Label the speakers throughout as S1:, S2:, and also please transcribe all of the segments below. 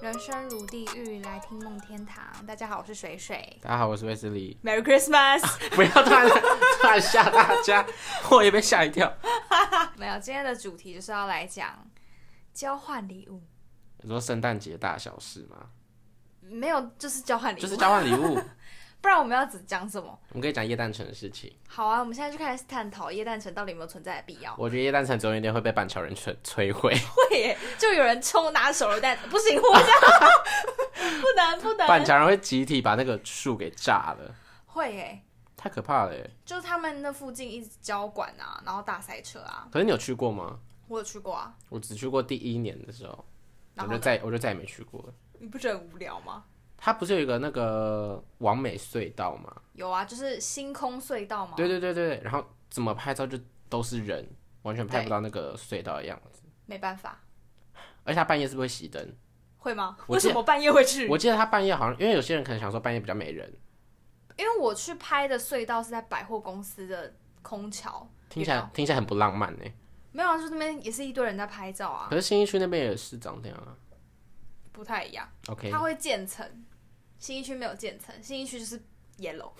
S1: 人生如地狱，来听梦天堂。大家好，我是水水。
S2: 大家好，我是威斯利。
S1: Merry Christmas！、
S2: 不要突然突然吓大家，我也被吓一跳。
S1: 没有，今天的主题就是要来讲交换礼物，
S2: 你说圣诞节大小事吗？
S1: 没有就是交换礼物，
S2: 就是交换礼物。
S1: 不然我们要只讲什么？
S2: 我们可以讲夜诞城的事情。
S1: 好啊，我们现在就开始探讨夜诞城到底有没有存在的必要。
S2: 我觉得夜诞城总有一天会被板桥人摧摧毁。
S1: 会耶，就有人抽拿手榴弹，不 行，我这样不能不
S2: 板
S1: 能，
S2: 桥人会集体把那个树给炸了，
S1: 会耶，
S2: 太可怕了耶！
S1: 就是他们那附近一直交管啊，然后大塞车啊，
S2: 可是你有去过吗？
S1: 我有去过啊，
S2: 我只去过第一年的时候，我
S1: 然后
S2: 就
S1: 呢
S2: 再我就再也没去过了。
S1: 你不觉得很无聊吗？
S2: 它不是有一个那个完美隧道吗？
S1: 有啊，就是星空隧道嘛，
S2: 对对对对，然后怎么拍照就都是人，完全拍不到那个隧道的样子。
S1: 没办法，
S2: 而且它半夜是不是会熄灯？
S1: 会吗？
S2: 我
S1: 为
S2: 记
S1: 什
S2: 得
S1: 么半夜会去？
S2: 我记得他半夜好像，因为有些人可能想说半夜比较没人，
S1: 因为我去拍的隧道是在百货公司的空桥，
S2: 听起来
S1: 你知道
S2: 听起来很不浪漫呢。
S1: 没有啊，就是那边也是一堆人在拍照啊，
S2: 可是新一区那边也是长这样啊。
S1: 不太一样。
S2: OK，
S1: 它会建层，新一区没有建层，新一区就是 yellow。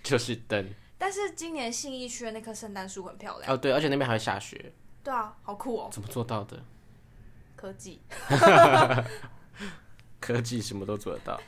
S2: 就是灯
S1: 但是今年信义区的那棵圣诞树很漂亮，
S2: 哦，对，而且那边还会下雪，
S1: 对啊，好酷哦，
S2: 怎么做到的？
S1: 科技。
S2: 科技什么都做得 到。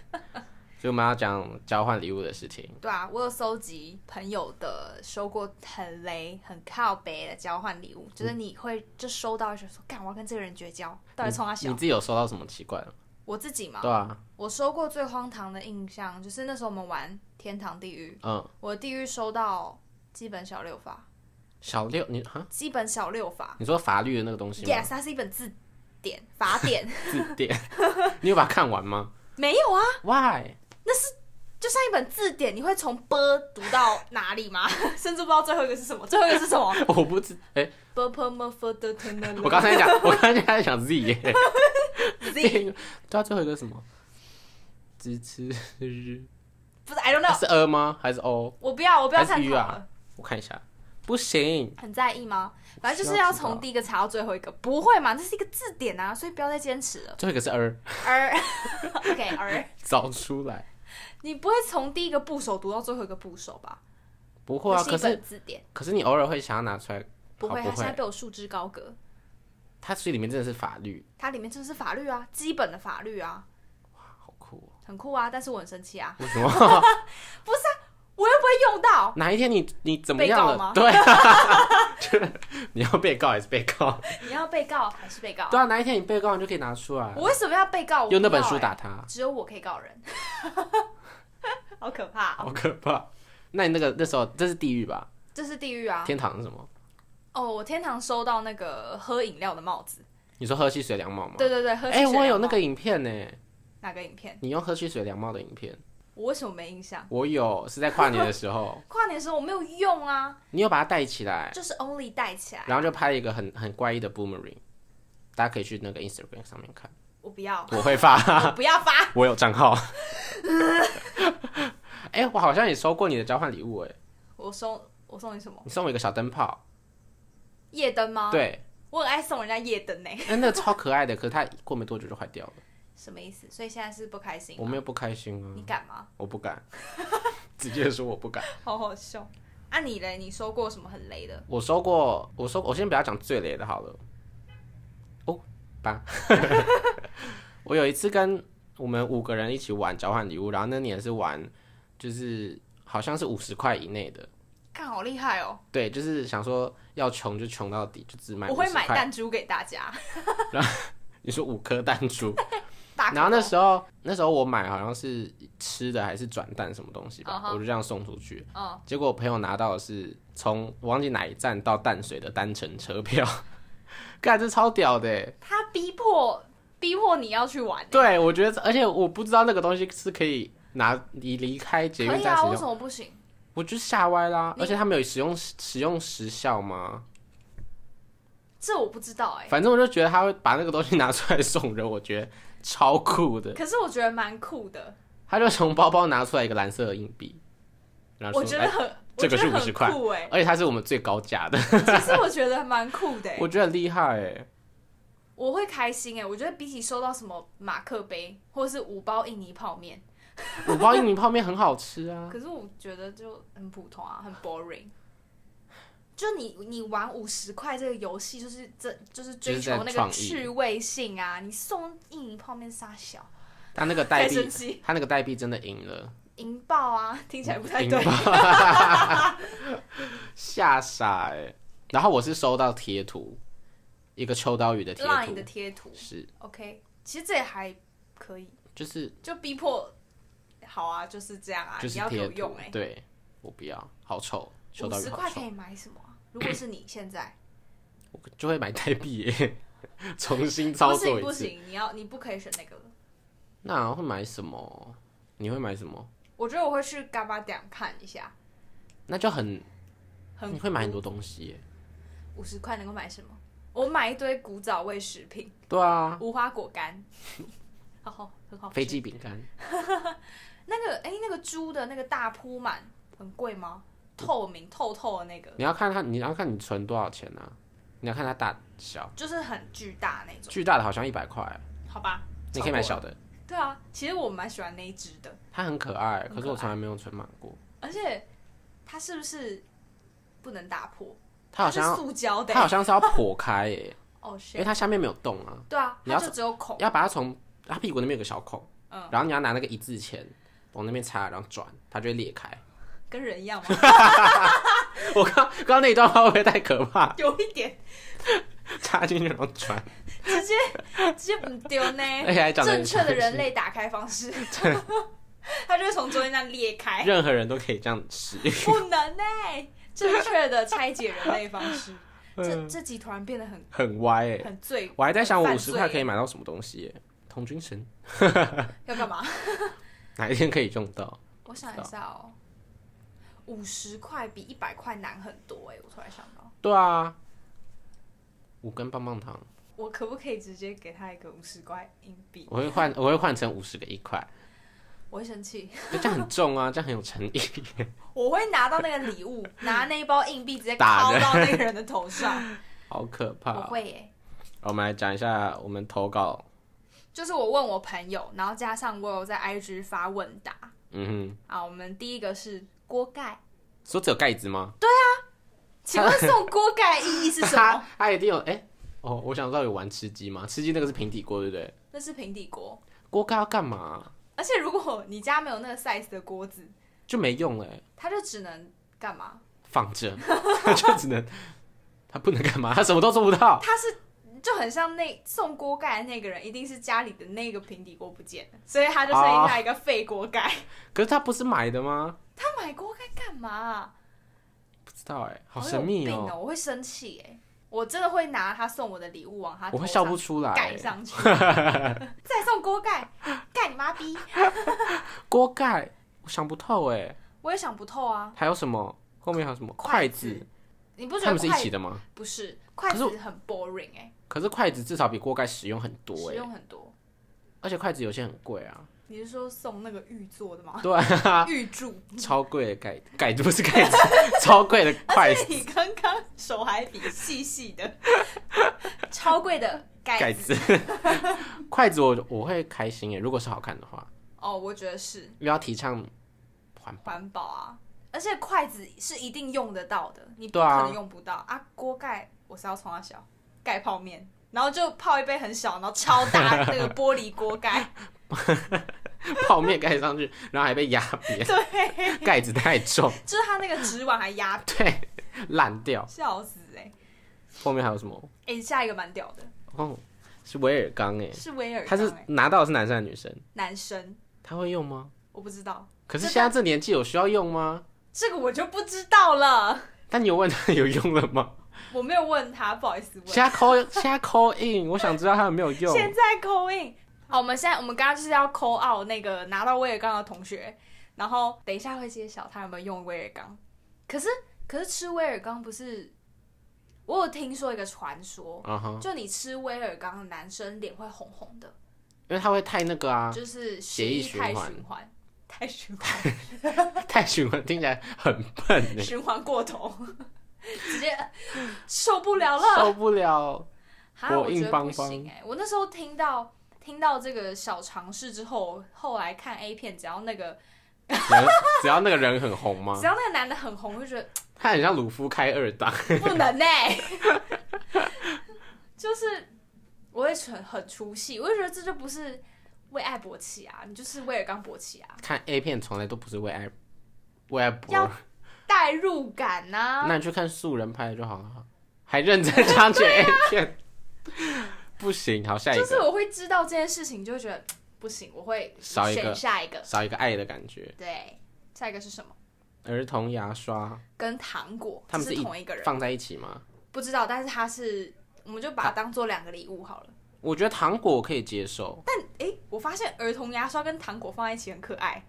S2: 所以我们要讲交换礼物的事情。
S1: 对啊，我有收集朋友的收过很雷、很靠北的交换礼物，
S2: 嗯
S1: 就是你会就收到就说，干，我要跟这个人绝交，到底冲他
S2: 你
S1: 小？
S2: 自己有收到什么奇怪的？
S1: 我自己嘛，
S2: 对啊，
S1: 我收过最荒唐的印象就是那时候我们玩天堂地狱，
S2: 嗯，
S1: 我的地狱收到基本小六法，
S2: 小六，你哈，
S1: 基本小六法
S2: 你说法律的那个东西吗
S1: ，yes，它是一本字典法典，
S2: 字 典，你有把它看完吗
S1: 没有啊，
S2: ？Why？
S1: 就像一本字典，你会从 b 读到哪里吗？甚至不知道最后一个是什么，最后一个是什么
S2: 我不知，哎、
S1: b p m f d t n
S2: 我刚才 讲，我刚才在讲 Z 耶、
S1: z
S2: 对啊，最后一个是什么？支持日
S1: 不是 I don't know，
S2: 是 A 吗？还是 O？
S1: 我不要，我不要
S2: 还
S1: 探
S2: 是
S1: 讨
S2: U 啊
S1: 了。
S2: 我看一下，不行，
S1: 很在意吗？反正就是
S2: 需要
S1: 要
S2: 知道
S1: 从第一个查到最后一个，不会嘛？这是一个字典啊，所以不要再坚持了。
S2: 最后一个是 R，
S1: 而 OK 而
S2: 找出来。
S1: 你不会从第一个部首读到最后一个部首吧？
S2: 不会啊，
S1: 这
S2: 可
S1: 是一
S2: 是
S1: 本字典，
S2: 可是你偶尔会想要拿出来，
S1: 不会，它
S2: 好不
S1: 现在
S2: 会。
S1: 被我束之高阁。
S2: 它所以里面真的是法律，
S1: 它里面真的是法律啊，基本的法律啊，
S2: 好酷、 哦。
S1: 很酷啊，但是我很生气啊，
S2: 为什么？
S1: 我又不会用到，
S2: 哪一天你你怎么样
S1: 被告吗
S2: 了？对、啊，就是 你要被告还是被告？
S1: 你要被告还是 被告？
S2: 对啊，哪一天你被告你就可以拿出来，
S1: 我为什么要被告？我
S2: 用那
S1: 不要
S2: 本书
S1: 欸，
S2: 打他，
S1: 只有我可以告人， 好可怕哦，
S2: 好可怕。那你那个那时候这是地狱吧？
S1: 这是地狱啊！
S2: 天堂是什么？
S1: 哦，我天堂收到那个喝饮料的帽子，
S2: 你说喝汽水凉帽吗？
S1: 对对对，喝汽
S2: 哎、
S1: 水
S2: 我有
S1: 的
S2: 那
S1: 帽
S2: 个影片呢，
S1: 子哪个影片？
S2: 你用喝汽水凉帽的影片，
S1: 我为什么没印象？
S2: 我有是在跨年的时候，
S1: 跨年的时候我没有用啊，
S2: 你有把它带起来，
S1: 就是 only 带起来，
S2: 然后就拍了一个很很怪异的 boomerang，大家可以去那个 Instagram 上面看，
S1: 我不 要，
S2: 我会发，
S1: 我不要发。
S2: 我有账 号。哎、我好像也收过你的交换礼物，哎，
S1: 我送我送你什么？
S2: 你送我一个小灯泡，
S1: 夜灯吗？，
S2: 对，
S1: 我很爱送人家夜灯呢、
S2: 那那个超可爱的，可是它过没多久就坏掉了，
S1: 什么意思？所以现在是不开心
S2: 我
S1: 吗？
S2: 没有不开心啊
S1: 你，敢吗？
S2: 我不敢，直接说我不敢。
S1: 好好笑。啊你嘞？你收过什么很雷的？
S2: 我收过，我收，我先不要讲最雷的好了。哦，八。 我有一次跟我们五个人一起玩交换礼物，然后那年是玩，就是好像是五十块以内的，
S1: 看好厉害哦！
S2: 对，就是想说要穷就穷到底，就只买
S1: 我
S2: 五
S1: 会
S2: 十
S1: 买
S2: 块。
S1: 弹珠给大家。
S2: 你说五颗弹珠，
S1: 大
S2: 然后那时候那时候我买好像是吃的还是转蛋什么东西吧
S1: 嗯哼
S2: 我就这样送出去。
S1: 嗯
S2: 结果我朋友拿到的是从我忘记哪一站到淡水的单程车票， 干这超屌的欸！
S1: 他逼迫逼迫你要去玩、欸，
S2: 对，我觉得，而且我不知道那个东西是可以拿离离开捷
S1: 可
S2: 运
S1: 以
S2: 站
S1: 啊？
S2: 使
S1: 为
S2: 用，
S1: 什么不行？
S2: 我就吓歪啦。
S1: 你
S2: 而且他们有使用使用时效吗？
S1: 这我不知道哎、
S2: 反正我就觉得他会把那个东西拿出来送人，我觉得超酷的。
S1: 可是我觉得蛮酷的，
S2: 他就从包包拿出来一个蓝色的硬币，然后
S1: 我
S2: 说
S1: 觉得
S2: 哎
S1: 很，
S2: 这个是
S1: 我觉得
S2: 50
S1: 很
S2: 块
S1: 酷哎、
S2: 而且它是我们最高价的，
S1: 其实我觉得蛮酷的、欸。
S2: 我觉得很厉害哎、
S1: 我我会开心哎、我觉得比起收到什么马克杯或是五包印尼泡面，
S2: 五包印尼泡面很好吃啊。
S1: 可是我觉得就很普通啊，很 boring。就你你玩五十块这个游戏，就是这就是追
S2: 就是在
S1: 求那
S2: 创
S1: 个
S2: 意
S1: 趣味性啊！你送印尼泡面傻小，
S2: 他那个代
S1: 太
S2: 币
S1: 生，气，
S2: 他那个代币真的赢了，
S1: 赢爆啊！听起来不太
S2: 赢
S1: 对。
S2: 吓傻哎、然后我是收到贴图，一个秋刀鱼的贴
S1: Line
S2: 图
S1: 的，贴图
S2: 是
S1: ，OK，其实这也还可以，
S2: 就是
S1: 就逼迫好啊，就是这样啊，
S2: 就是
S1: 你要
S2: 贴
S1: 有
S2: 图
S1: 用哎、，
S2: 对，我不要，好丑，秋
S1: 五
S2: 刀鱼
S1: 十
S2: 好
S1: 块
S2: 丑
S1: 可，以买什么啊、如果是你现在，
S2: 我就会买代币耶， 重新操
S1: 不
S2: 作
S1: 行
S2: 一
S1: 不
S2: 次。
S1: 行，你要你不可以选那个了。
S2: 那我会买什么？你会买什么？
S1: 我觉得我会去嘎巴点看一下，
S2: 那就很，
S1: 很
S2: 你会买很多东西耶。
S1: 五十块能够买什么？我买一堆古早味食品，
S2: 对啊，
S1: 无花果 干，好好很好吃。
S2: 飞机饼干
S1: 那个哎、那个猪的那个大铺满很贵吗？透明透透的那个，
S2: 你要看它，你要看你存多少钱啊？你要看它大小，
S1: 就是很巨大那种，
S2: 巨大的好像一百块，啊
S1: 好吧？
S2: 你可以买
S1: 超过
S2: 小的，
S1: 了。对啊，其实我蛮喜欢那一只的，
S2: 它很可爱，
S1: 很
S2: 可是
S1: 可
S2: 我从来没有存满过。
S1: 而且它是不是不能打破？
S2: 它好
S1: 是
S2: 像要，
S1: 塑胶的
S2: 它好像是要破开耶，
S1: 哦，
S2: 因
S1: 是
S2: 为它下面没有洞啊，
S1: 对啊，
S2: 你要
S1: 它就只有孔，
S2: 要把它从它屁股那边有个小孔，
S1: 嗯
S2: 然后你要拿那个一字钳往那边插，然后转，它就会裂开。
S1: 跟人一样吗？
S2: 我刚刚刚那一段话会不会太可怕？
S1: 有一点，
S2: 插进去然后转，
S1: 直接直接不丢呢。
S2: 而且还长得
S1: 正
S2: 很
S1: 确的人
S2: 像
S1: 类打开方式， 它就会从中间那裂开，
S2: 任何人都可以这样吃。
S1: 不能哎、正确的拆解人类方 式，这这集突然变得很
S2: 很歪哎、
S1: 很罪，
S2: 我还在想我
S1: 很犯
S2: 五十
S1: 罪
S2: 块可以买到什么东西、欸，童军绳
S1: 要干嘛？
S2: 哪一天可以用到？
S1: 我想一下哦，五十块比一百块难很多哎、我突然想到，
S2: 对啊，五根棒棒糖，
S1: 我可不可以直接给他一个五十块硬币？
S2: 我会换，我会换成五十个一块，
S1: 我会生气，
S2: 这样很重啊，这 样很有诚意。
S1: 我会拿到那个礼 物，拿那一包硬币直接
S2: 打
S1: 敲
S2: 人
S1: 到那个人的头上，
S2: 好可 怕
S1: 我
S2: 哦、
S1: 会哎、
S2: 我们来讲一下我们投稿，
S1: 就是我问我朋友，然后加上我有在 IG 发问答，
S2: 嗯
S1: 啊，我们第一个是锅盖，
S2: 哼，说只有盖子吗？
S1: 请问 送锅盖的意义是什么？
S2: 它它一定有哎、哦，我想知道有玩吃鸡吗？吃鸡那个是平底锅，对不对？
S1: 那是平底锅，
S2: 锅盖要干嘛？
S1: 而且如果你家没有那个 size 的锅子，
S2: 就没用了欸、
S1: 它就只能干嘛？
S2: 放着， 它就只能，它不能干嘛？它什么都做不到。
S1: 它是就很像那送锅盖的那个人，一定是家里的那个平底锅不见了，所以他就剩
S2: 哦
S1: 下一个废锅盖。
S2: 可是它不是买的吗？
S1: 他买锅盖干嘛啊、
S2: 不知道哎、好
S1: 有
S2: 神秘
S1: 病
S2: 哦、
S1: 哦！我会生气哎、我真的会拿他送我的礼物往他
S2: 我
S1: 头
S2: 会笑
S1: 上
S2: 不出来、
S1: 盖上 去，再送锅盖，盖你妈逼！
S2: 锅盖，我想不透哎、
S1: 我也想不透啊，
S2: 还有什么？后面还有什么？
S1: 筷
S2: 筷
S1: 子
S2: 子，
S1: 你不觉
S2: 他
S1: 得
S2: 们是一
S1: 筷
S2: 起的吗？
S1: 不是筷
S2: 可是我
S1: 子很 boring 哎、
S2: 可是筷子至少比锅盖实用很多
S1: 使
S2: 哎、
S1: 用很多。
S2: 而且筷子有些很贵啊，
S1: 你是说送那个玉做的吗？
S2: 对啊，
S1: 玉柱。
S2: 超贵的盖盖子不是盖子， 超贵的筷
S1: 而
S2: 子
S1: 且你刚刚手还比细细 的，超贵的
S2: 盖
S1: 盖子。
S2: 子，筷子 我我会开心欸耶、如果是好看的话，
S1: 哦，我觉得是
S2: 又要提倡环保，
S1: 环保啊，而且筷子是一定用得到的，你不
S2: 对啊
S1: 可能用不到啊。锅盖我是要从它小盖泡面，然后就泡一杯很小，然后超 大那个玻璃锅盖，
S2: 泡面盖上去，然后还被压扁，
S1: 对，
S2: 盖子太重，
S1: 就是它那个纸碗还压 扁，
S2: 对，烂掉。
S1: 笑死哎、欸！
S2: 后面还有什么？
S1: 哎、下一个蛮屌的，
S2: 哦，是威尔刚哎、
S1: 是威尔
S2: 他
S1: 刚、
S2: 是
S1: 欸，
S2: 拿到的是男生还是女生？
S1: 男生，
S2: 他会用吗？
S1: 我不知道，
S2: 可是
S1: 这个
S2: 现在这年纪有需要用吗？
S1: 这个我就不知道了。
S2: 但你有问他 有用了吗？
S1: 我没有问他，不好意思问。
S2: 现在 call 现在 call in，我想知道他有没有用。
S1: 现在 call in，好，我们现在我们刚刚就是要 call out 那个拿到威尔刚的同学，然后等一下会揭晓他有没有用威尔刚。可是可是吃威尔刚不是，我有听说一个传说，
S2: 啊哈，
S1: 就你吃威尔刚的男生脸会红红的，
S2: 因为他会太那个啊，
S1: 就是
S2: 血液
S1: 血太
S2: 循环
S1: 循环，太循环，
S2: 太循环听起来很笨 哎、
S1: 循环过头，直接受不了了。
S2: 受不了。
S1: 哈，我
S2: 我硬
S1: 觉得
S2: 邦
S1: 不
S2: 邦
S1: 行哎、我那时候听到听到这个小尝试之后，后来看 A 片，只要那个
S2: 人只要那个人很红吗
S1: 只？要那个男的很红，我就觉得
S2: 他很像鲁夫开二档，
S1: 不能呢、 就是我会很很出戏，我就觉得这就不是为爱勃起啊，你就是为了刚勃起啊，
S2: 看 A 片从来都不是为爱为爱博，
S1: 要啊代入感啊呐、
S2: 那你去看素人拍的就好了，还认真挑选 A
S1: 啊
S2: 片，不行，好下一
S1: 就是
S2: 个，
S1: 我会知道这件事情，就会觉得不行，我会
S2: 少一个
S1: 选下一个。
S2: 少一个爱的感觉。
S1: 对，下一个是什么？
S2: 儿童牙刷
S1: 跟糖果
S2: 他们
S1: 是
S2: 是一
S1: 同一个人，
S2: 放在一起吗？
S1: 不知道，但是他是，我们就把它当做两个礼物好了。
S2: 我觉得糖果我可以 接受，
S1: 但哎、诶我发现儿童牙刷跟糖果放在一起很可爱，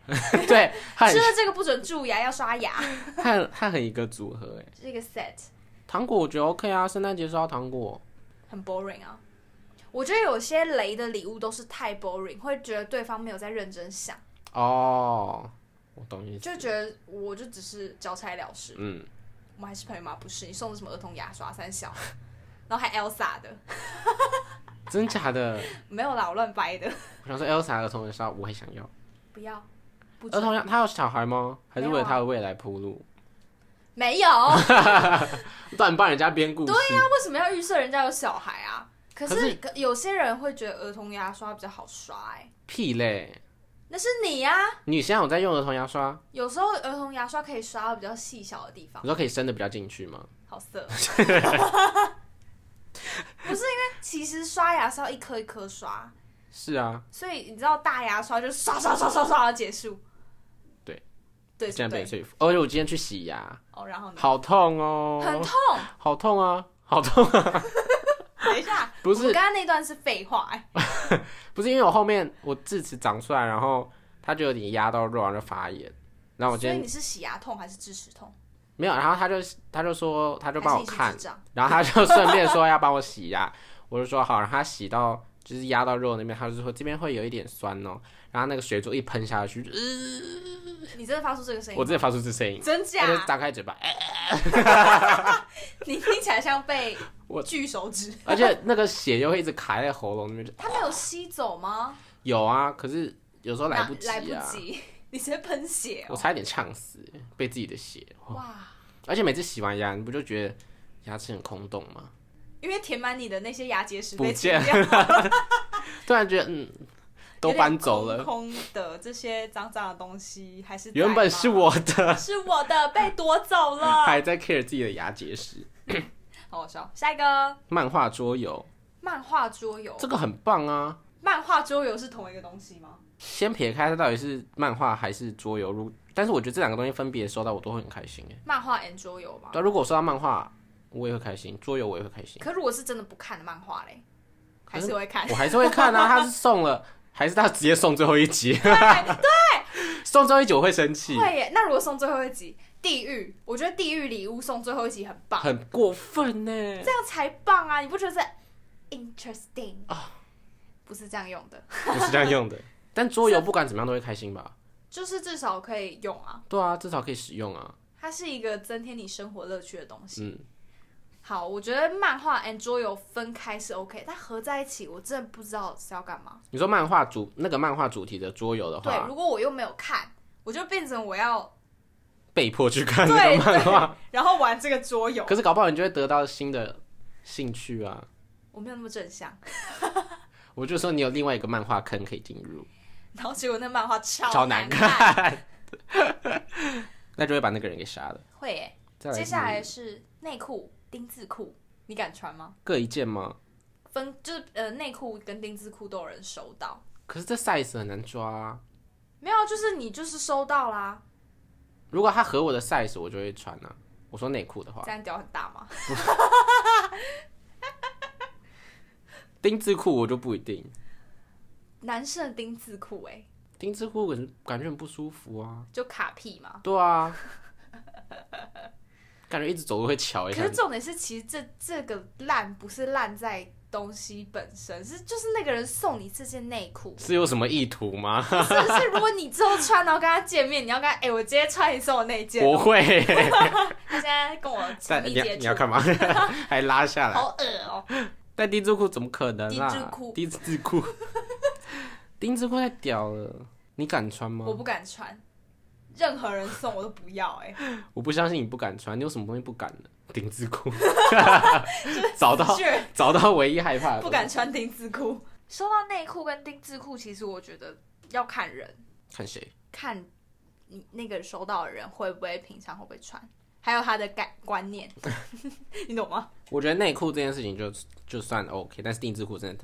S2: 对，它很
S1: 吃了这个不准蛀牙，要刷牙，
S2: 它很它很一个组合哎。
S1: 这个 set
S2: 糖果我觉得 OK 啊，圣诞节收到糖果，
S1: 很 boring 啊。我觉得有些雷的礼物都是太 boring，会觉得对方没有在认真想，
S2: 哦，我懂你意思，
S1: 就觉得我就只是交差了事，
S2: 嗯，
S1: 我们还是朋友吗？不是，你送的什么儿童牙刷三小，然后还 Elsa 的，
S2: 真假的？
S1: 没有啦，我乱掰的，
S2: 我想说 Elsa 儿童牙刷我也想要，
S1: 不要，不准
S2: 儿童牙他有小孩吗？还是为
S1: 没有
S2: 了
S1: 啊
S2: 他的未来铺路？
S1: 没有，那
S2: 乱帮人家编故事，
S1: 为什么要预设人家有小孩啊？可
S2: 可
S1: 是
S2: 是
S1: 可有些人会觉得儿童牙刷比较好刷、欸，
S2: 屁嘞！
S1: 那是你呀、
S2: 你现在有在用儿童牙刷，
S1: 有时候儿童牙刷可以刷到比较细小的地方，
S2: 你说可以伸的比较进去吗？
S1: 好色哦。 不是因为其实刷牙是要一颗一颗刷，
S2: 是啊，
S1: 所以你知道大牙刷就刷刷刷刷刷到结束。
S2: 对，
S1: 对，
S2: 竟然
S1: 对
S2: 被你。说服。而哦且我今天去洗牙，
S1: 哦，然后呢？
S2: 好痛哦，
S1: 很痛。
S2: 好痛啊，好痛！
S1: 等一下，
S2: 不
S1: 我们
S2: 是
S1: 刚刚那段是废话、哎，
S2: 不是因为我后面我智齿长出来，然后它就有点压到肉，然后就发炎。然后我
S1: 所
S2: 今
S1: 以
S2: 天
S1: 你是洗牙痛还是智齿痛？
S2: 没有，然后他就他就说他
S1: 还
S2: 就是帮我
S1: 你是
S2: 看
S1: 智，障？
S2: 然后他就顺便说要帮我洗牙，我就说好，然后他洗到就是压到肉那边，他就说这边会有一点酸哦，然后那个水柱一喷下去，呃
S1: 你真的发出这个声音
S2: 我？真的发出这声音，
S1: 真
S2: 他就
S1: 假？
S2: 张开嘴巴，哎，
S1: 你听起来像被
S2: 我
S1: 锯手指。
S2: 而且那个血又会一直卡在喉咙那边，就
S1: 他没有吸走吗？
S2: 有啊，可是有时候来
S1: 那
S2: 不及
S1: 来不
S2: 啊，
S1: 及，你直接喷血
S2: 我
S1: 哦、
S2: 差一点呛死，被自己的血，
S1: 哇！
S2: 而且每次洗完牙，你不就觉得牙齿很空洞吗？
S1: 因为填满你的那些牙结石
S2: 不
S1: 被
S2: 见
S1: 清掉
S2: 突然觉得嗯， 都搬走
S1: 有点
S2: 了，
S1: 空空的这些脏脏的东西还是在吗
S2: 原本是我的，
S1: 是我的被夺走 了，
S2: 还在 care 自己的牙结石。
S1: 好好笑。下一个
S2: 漫画桌游，
S1: 漫画桌游，
S2: 这个很棒啊！
S1: 漫画桌游是同一个东西吗？
S2: 先撇开它到底是漫画还是桌游，如但是我觉得这两个东西分别收到，我都会很开心哎。
S1: 漫画 and 桌游吗？
S2: 对啊，如果我收到漫画，我也会开心；桌游我也会 开心，
S1: 可如果是真的不看的漫画嘞，还
S2: 可是
S1: 是会看
S2: 我。还是会看啊。他是送了，还是他直接送最后一集？对，送最后一集我会生气，
S1: 会耶。那如果送最后一集地狱，我觉得地狱礼物送最后一集很棒，
S2: 很过分呢。欸
S1: 这样才棒啊！你不觉得这 interesting
S2: 啊
S1: 不是这样用的，
S2: 不是这样用的，但桌游不管怎么样都会开心吧？
S1: 就是至少可以用啊。
S2: 对啊，至少可以使用啊。
S1: 它是一个增添你生活乐趣的东西。
S2: 嗯，
S1: 好，我觉得漫画 and 桌游分开是 OK，但合在一起，我真的不知道是要干嘛。
S2: 你说漫画主那个漫画主题的桌游的
S1: 对，
S2: 话，
S1: 如果我又没有看，我就变成我要
S2: 被迫去 看那
S1: 对
S2: 个漫画，
S1: 对，然后玩这个桌游，
S2: 可是搞不好你就会得到新的兴趣啊。
S1: 我没有那么正向。
S2: 我就说你有另外一个漫画坑可以进入，
S1: 然后结果那漫画超
S2: 超
S1: 难
S2: 难
S1: 看，
S2: 那就会把那个人给杀了。
S1: 会耶、
S2: 再来
S1: 接下来
S2: 是
S1: 是内裤、丁字裤，你敢穿吗？
S2: 各一件吗？
S1: 分就是呃内裤跟丁字裤都有人收到，
S2: 可是这 size 很难抓、啊。
S1: 没有，就是你就是收到啦，
S2: 如果它合我的 size，我就会穿啊。我说内裤的话
S1: 这，样屌很大吗？
S2: 丁字裤我就不一定。
S1: 男生的丁字裤哎、
S2: 丁字裤感觉感觉很不舒服啊。
S1: 就卡屁嘛。
S2: 对 啊，感觉一直走路会翘一
S1: 可
S2: 下，
S1: 是。重点是，其实这这个烂不是烂在东西本身，是就是那个人送你这件内裤
S2: 是有什么意图吗？
S1: 不是是如果你之后穿，然后跟他见面，你要跟他，哎、我今天穿你送我那一件，哦
S2: 我会。
S1: 他现在跟我亲
S2: 但
S1: 密
S2: 你要
S1: 接
S2: 你
S1: 触
S2: 要，干嘛？还拉下来。
S1: 好恶哦、
S2: 但带丁字裤怎么可能啦、
S1: 丁字裤
S2: 丁字裤， 丁字裤太屌了，你敢穿吗？
S1: 我不敢穿，任何人送我都不要、哎，
S2: 我不相信你不敢穿，你有什么东西不敢的？丁字 裤，找到
S1: 确
S2: 找到唯一害怕的，
S1: 不敢穿丁字裤。说到内裤跟丁字裤，其实我觉得要看人，
S2: 看谁？
S1: 看你那个收到的人会不会平常会不会穿，还有他的感观念， 你懂吗？
S2: 我觉得内裤这件事情就就算 OK，但是丁字裤真的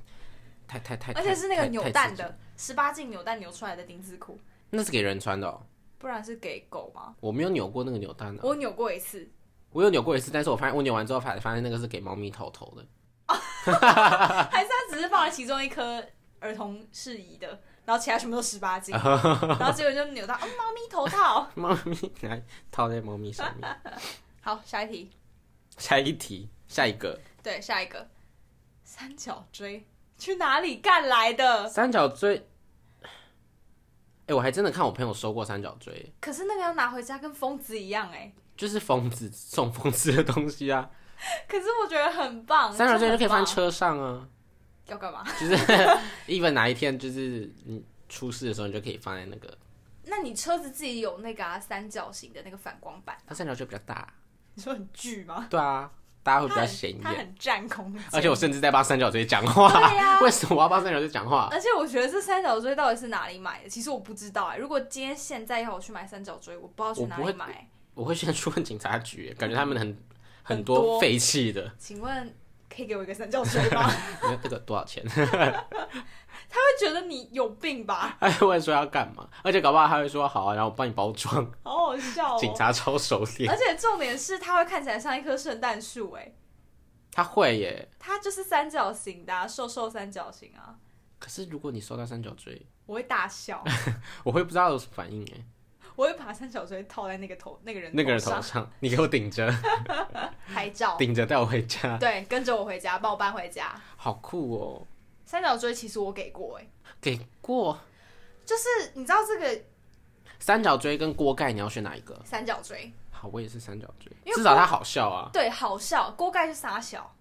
S2: 太太太，
S1: 而且是那个
S2: 太
S1: 扭蛋，的十八禁扭蛋扭出来的丁字裤，
S2: 太那是给人穿的、哦。
S1: 不然是给狗吗？
S2: 我没有扭过那个扭蛋的、
S1: 我扭过一次，
S2: 我有扭过一次，但是我发现我扭完之后发发现那个是给猫咪头头的。
S1: 还是他只是放了其中一颗儿童适宜的，然后其他全部都十八 禁，然后结果就扭到哦，猫咪头套。
S2: 猫咪来套在猫咪上面。
S1: 好，下一题，
S2: 下一题，下一个
S1: 对，下一个三角锥去哪里干来的？
S2: 三角锥。哎、我还真的看我朋友收过三角锥，
S1: 可是那个要拿回家跟疯子一样哎、
S2: 就是疯子 送疯子的东西啊。
S1: 可是我觉得很棒，
S2: 三角锥就可以放
S1: 翻
S2: 在，车上啊，
S1: 要干嘛？
S2: 就是 even 哪一天就是你出事的时候，你就可以放在那个。
S1: 那你车子自己有那个、啊、三角形的那个反光板，
S2: 它三角锥比较大、
S1: 你说很巨吗？
S2: 对啊，大家会比
S1: 它
S2: 较
S1: 很
S2: 显
S1: 它
S2: 眼。
S1: 很占空间。
S2: 而且我甚至在帮三角锥讲话，
S1: 对啊呀
S2: 为什么我要帮三角锥讲话？
S1: 而且我觉得这三角锥到底是哪里买的？其实我不知道哎、如果今天现在要我去买三角锥，我不知道去哪
S2: 我不
S1: 里
S2: 会
S1: 买、欸
S2: 我会先去问警察局，感觉他们很很
S1: 很
S2: 多
S1: 多
S2: 废弃的，
S1: 请问可以给我一个三角锥吗？
S2: 那这个多少钱？
S1: 他会觉得你有病吧？
S2: 他会问说要干嘛，而且搞不好他会说好啊，然后我帮你包装。
S1: 好好笑哦、
S2: 警察超熟练，
S1: 而且重点是，它会看起来像一棵圣诞树，哎，
S2: 他会耶。
S1: 它就是三角形的、啊，瘦瘦三角形啊，
S2: 可是如果你收到三角锥，
S1: 我会大笑，
S2: 我会不知道有什么反应哎。
S1: 我会把三角锥套在那个头那个人
S2: 那个人
S1: 头
S2: 头上，你给我顶着，
S1: 拍照，
S2: 顶着带我回家，
S1: 对，跟着我回家，帮我搬回家。
S2: 好酷哦！
S1: 三角锥其实我给过，哎，
S2: 给过
S1: 就是你知道这个
S2: 三角锥跟锅盖，你要选哪一个？
S1: 三角锥，
S2: 好，我也是三角锥，
S1: 因为
S2: 至少它好笑啊。
S1: 对，好笑，锅盖是傻小。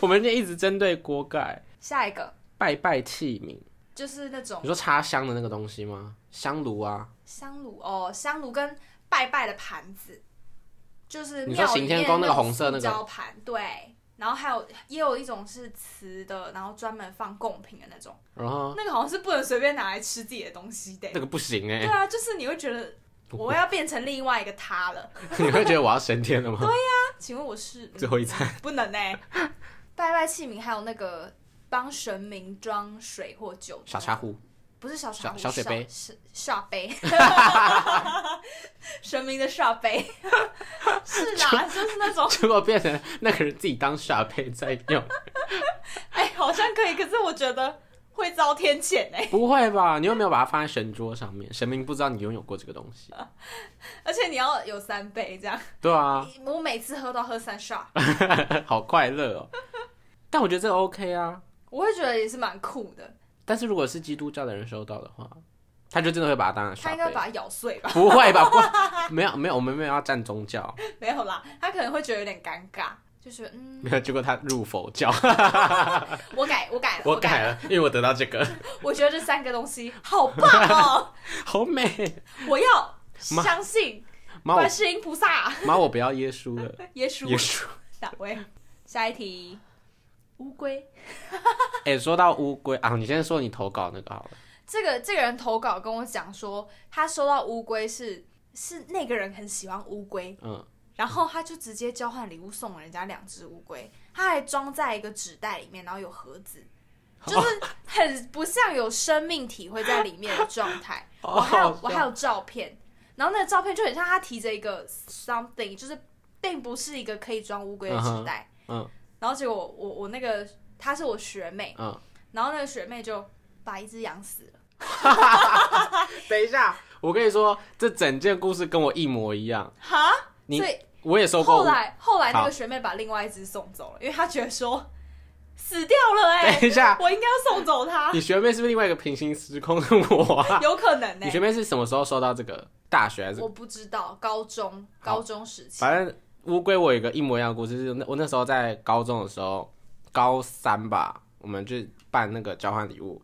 S2: 我们就一直针对锅盖、
S1: 下一个
S2: 拜拜器皿，
S1: 就是那种
S2: 你说插香的那个东西吗？香炉啊，
S1: 香炉哦，香炉跟拜拜的盘子，就是
S2: 你说
S1: 庙里
S2: 行天
S1: 面
S2: 宫那个
S1: 种
S2: 红色那个
S1: 塑胶盘，对。然后还有也有一种是瓷的，然后专门放贡品的那种，
S2: 然后
S1: 那个好像是不能随便拿来吃自己的东西的。
S2: 哦那个不行哎、
S1: 对啊，就是你会觉得我要变成另外一个他了。
S2: 你会觉得我要升天了吗？
S1: 啊请问我是
S2: 最后一餐，
S1: 不能呢、拜拜器皿还有那个帮神明装水或酒，
S2: 小茶壶，
S1: 不是小茶壶，
S2: 小小水杯
S1: 小，是刷 杯，神明的刷杯，是啦，就是那种，
S2: 结果变成那个人自己当下配在用，
S1: 哎、好像可以，可是我觉得会遭天谴哎、
S2: 不会吧？你又没有把它放在神桌上面，神明不知道你拥有过这个东 西。
S1: 而且你要有三杯这样，
S2: 对啊，
S1: 我每次喝都要喝三刷，
S2: 好快乐哦。但我觉得这 OK 啊。
S1: 我会觉得也是蛮酷的，
S2: 但是如果是基督教的人收到的话，他就真的会把它当成
S1: 他
S2: 刷
S1: 应该
S2: 杯。
S1: 把它咬碎吧？
S2: 不会吧？不，没有没有，我们没有要站宗教，
S1: 没有啦，他可能会觉得有点尴尬，就是嗯，
S2: 没有。结果他入佛教，
S1: 我改，我改了，
S2: 我
S1: 我改
S2: 改
S1: 了，
S2: 了，因为我得到这 个，
S1: 我觉得这三个东西好棒 哦，
S2: 好美。
S1: 我要
S2: 妈
S1: 相信
S2: 妈我
S1: 观世音菩萨、
S2: 妈我不要耶稣 了，
S1: 耶稣。
S2: 耶稣。
S1: 哪位？下一题，乌龟。
S2: 哎、说到乌龟啊，你先说你投稿那个好了。
S1: 这个这个人投稿跟我讲说，他收到乌龟是是那个人很喜欢乌龟，
S2: 嗯，
S1: 然后他就直接交换礼物送了人家两只乌龟，他还装在一个纸袋里面，然后有盒子， 就是很不像有生命体会在里面的状态。 哦
S2: 哦
S1: 我还有我还有照片，然后那个照片就很像他提着一个 something，就是并不是一个可以装乌龟的纸袋。
S2: 嗯 哼
S1: 然后结果我我我那个她是我学妹，
S2: 嗯，
S1: 然后那个学妹就把一只养死了。
S2: 等一下，我跟你说，这整件故事跟我一模一样。
S1: 哈，
S2: 你
S1: 所以
S2: 我也收过乌
S1: 后，来后来那
S2: 好
S1: 个学妹把另外一只送走了，因为她觉得说死掉了哎、
S2: 等一下，
S1: 我应该要送走它，
S2: 你学妹是不是另外一个平行时空的我 啊？
S1: 有可能呢、哎
S2: 你学妹是什么时候收到这个？大学还是
S1: 我不知道，高中
S2: 好
S1: 高中时期，
S2: 反正乌龟，我有一个一模一样的故事，是那我那时候在高中的时候，高三吧，我们就办那个交换礼物，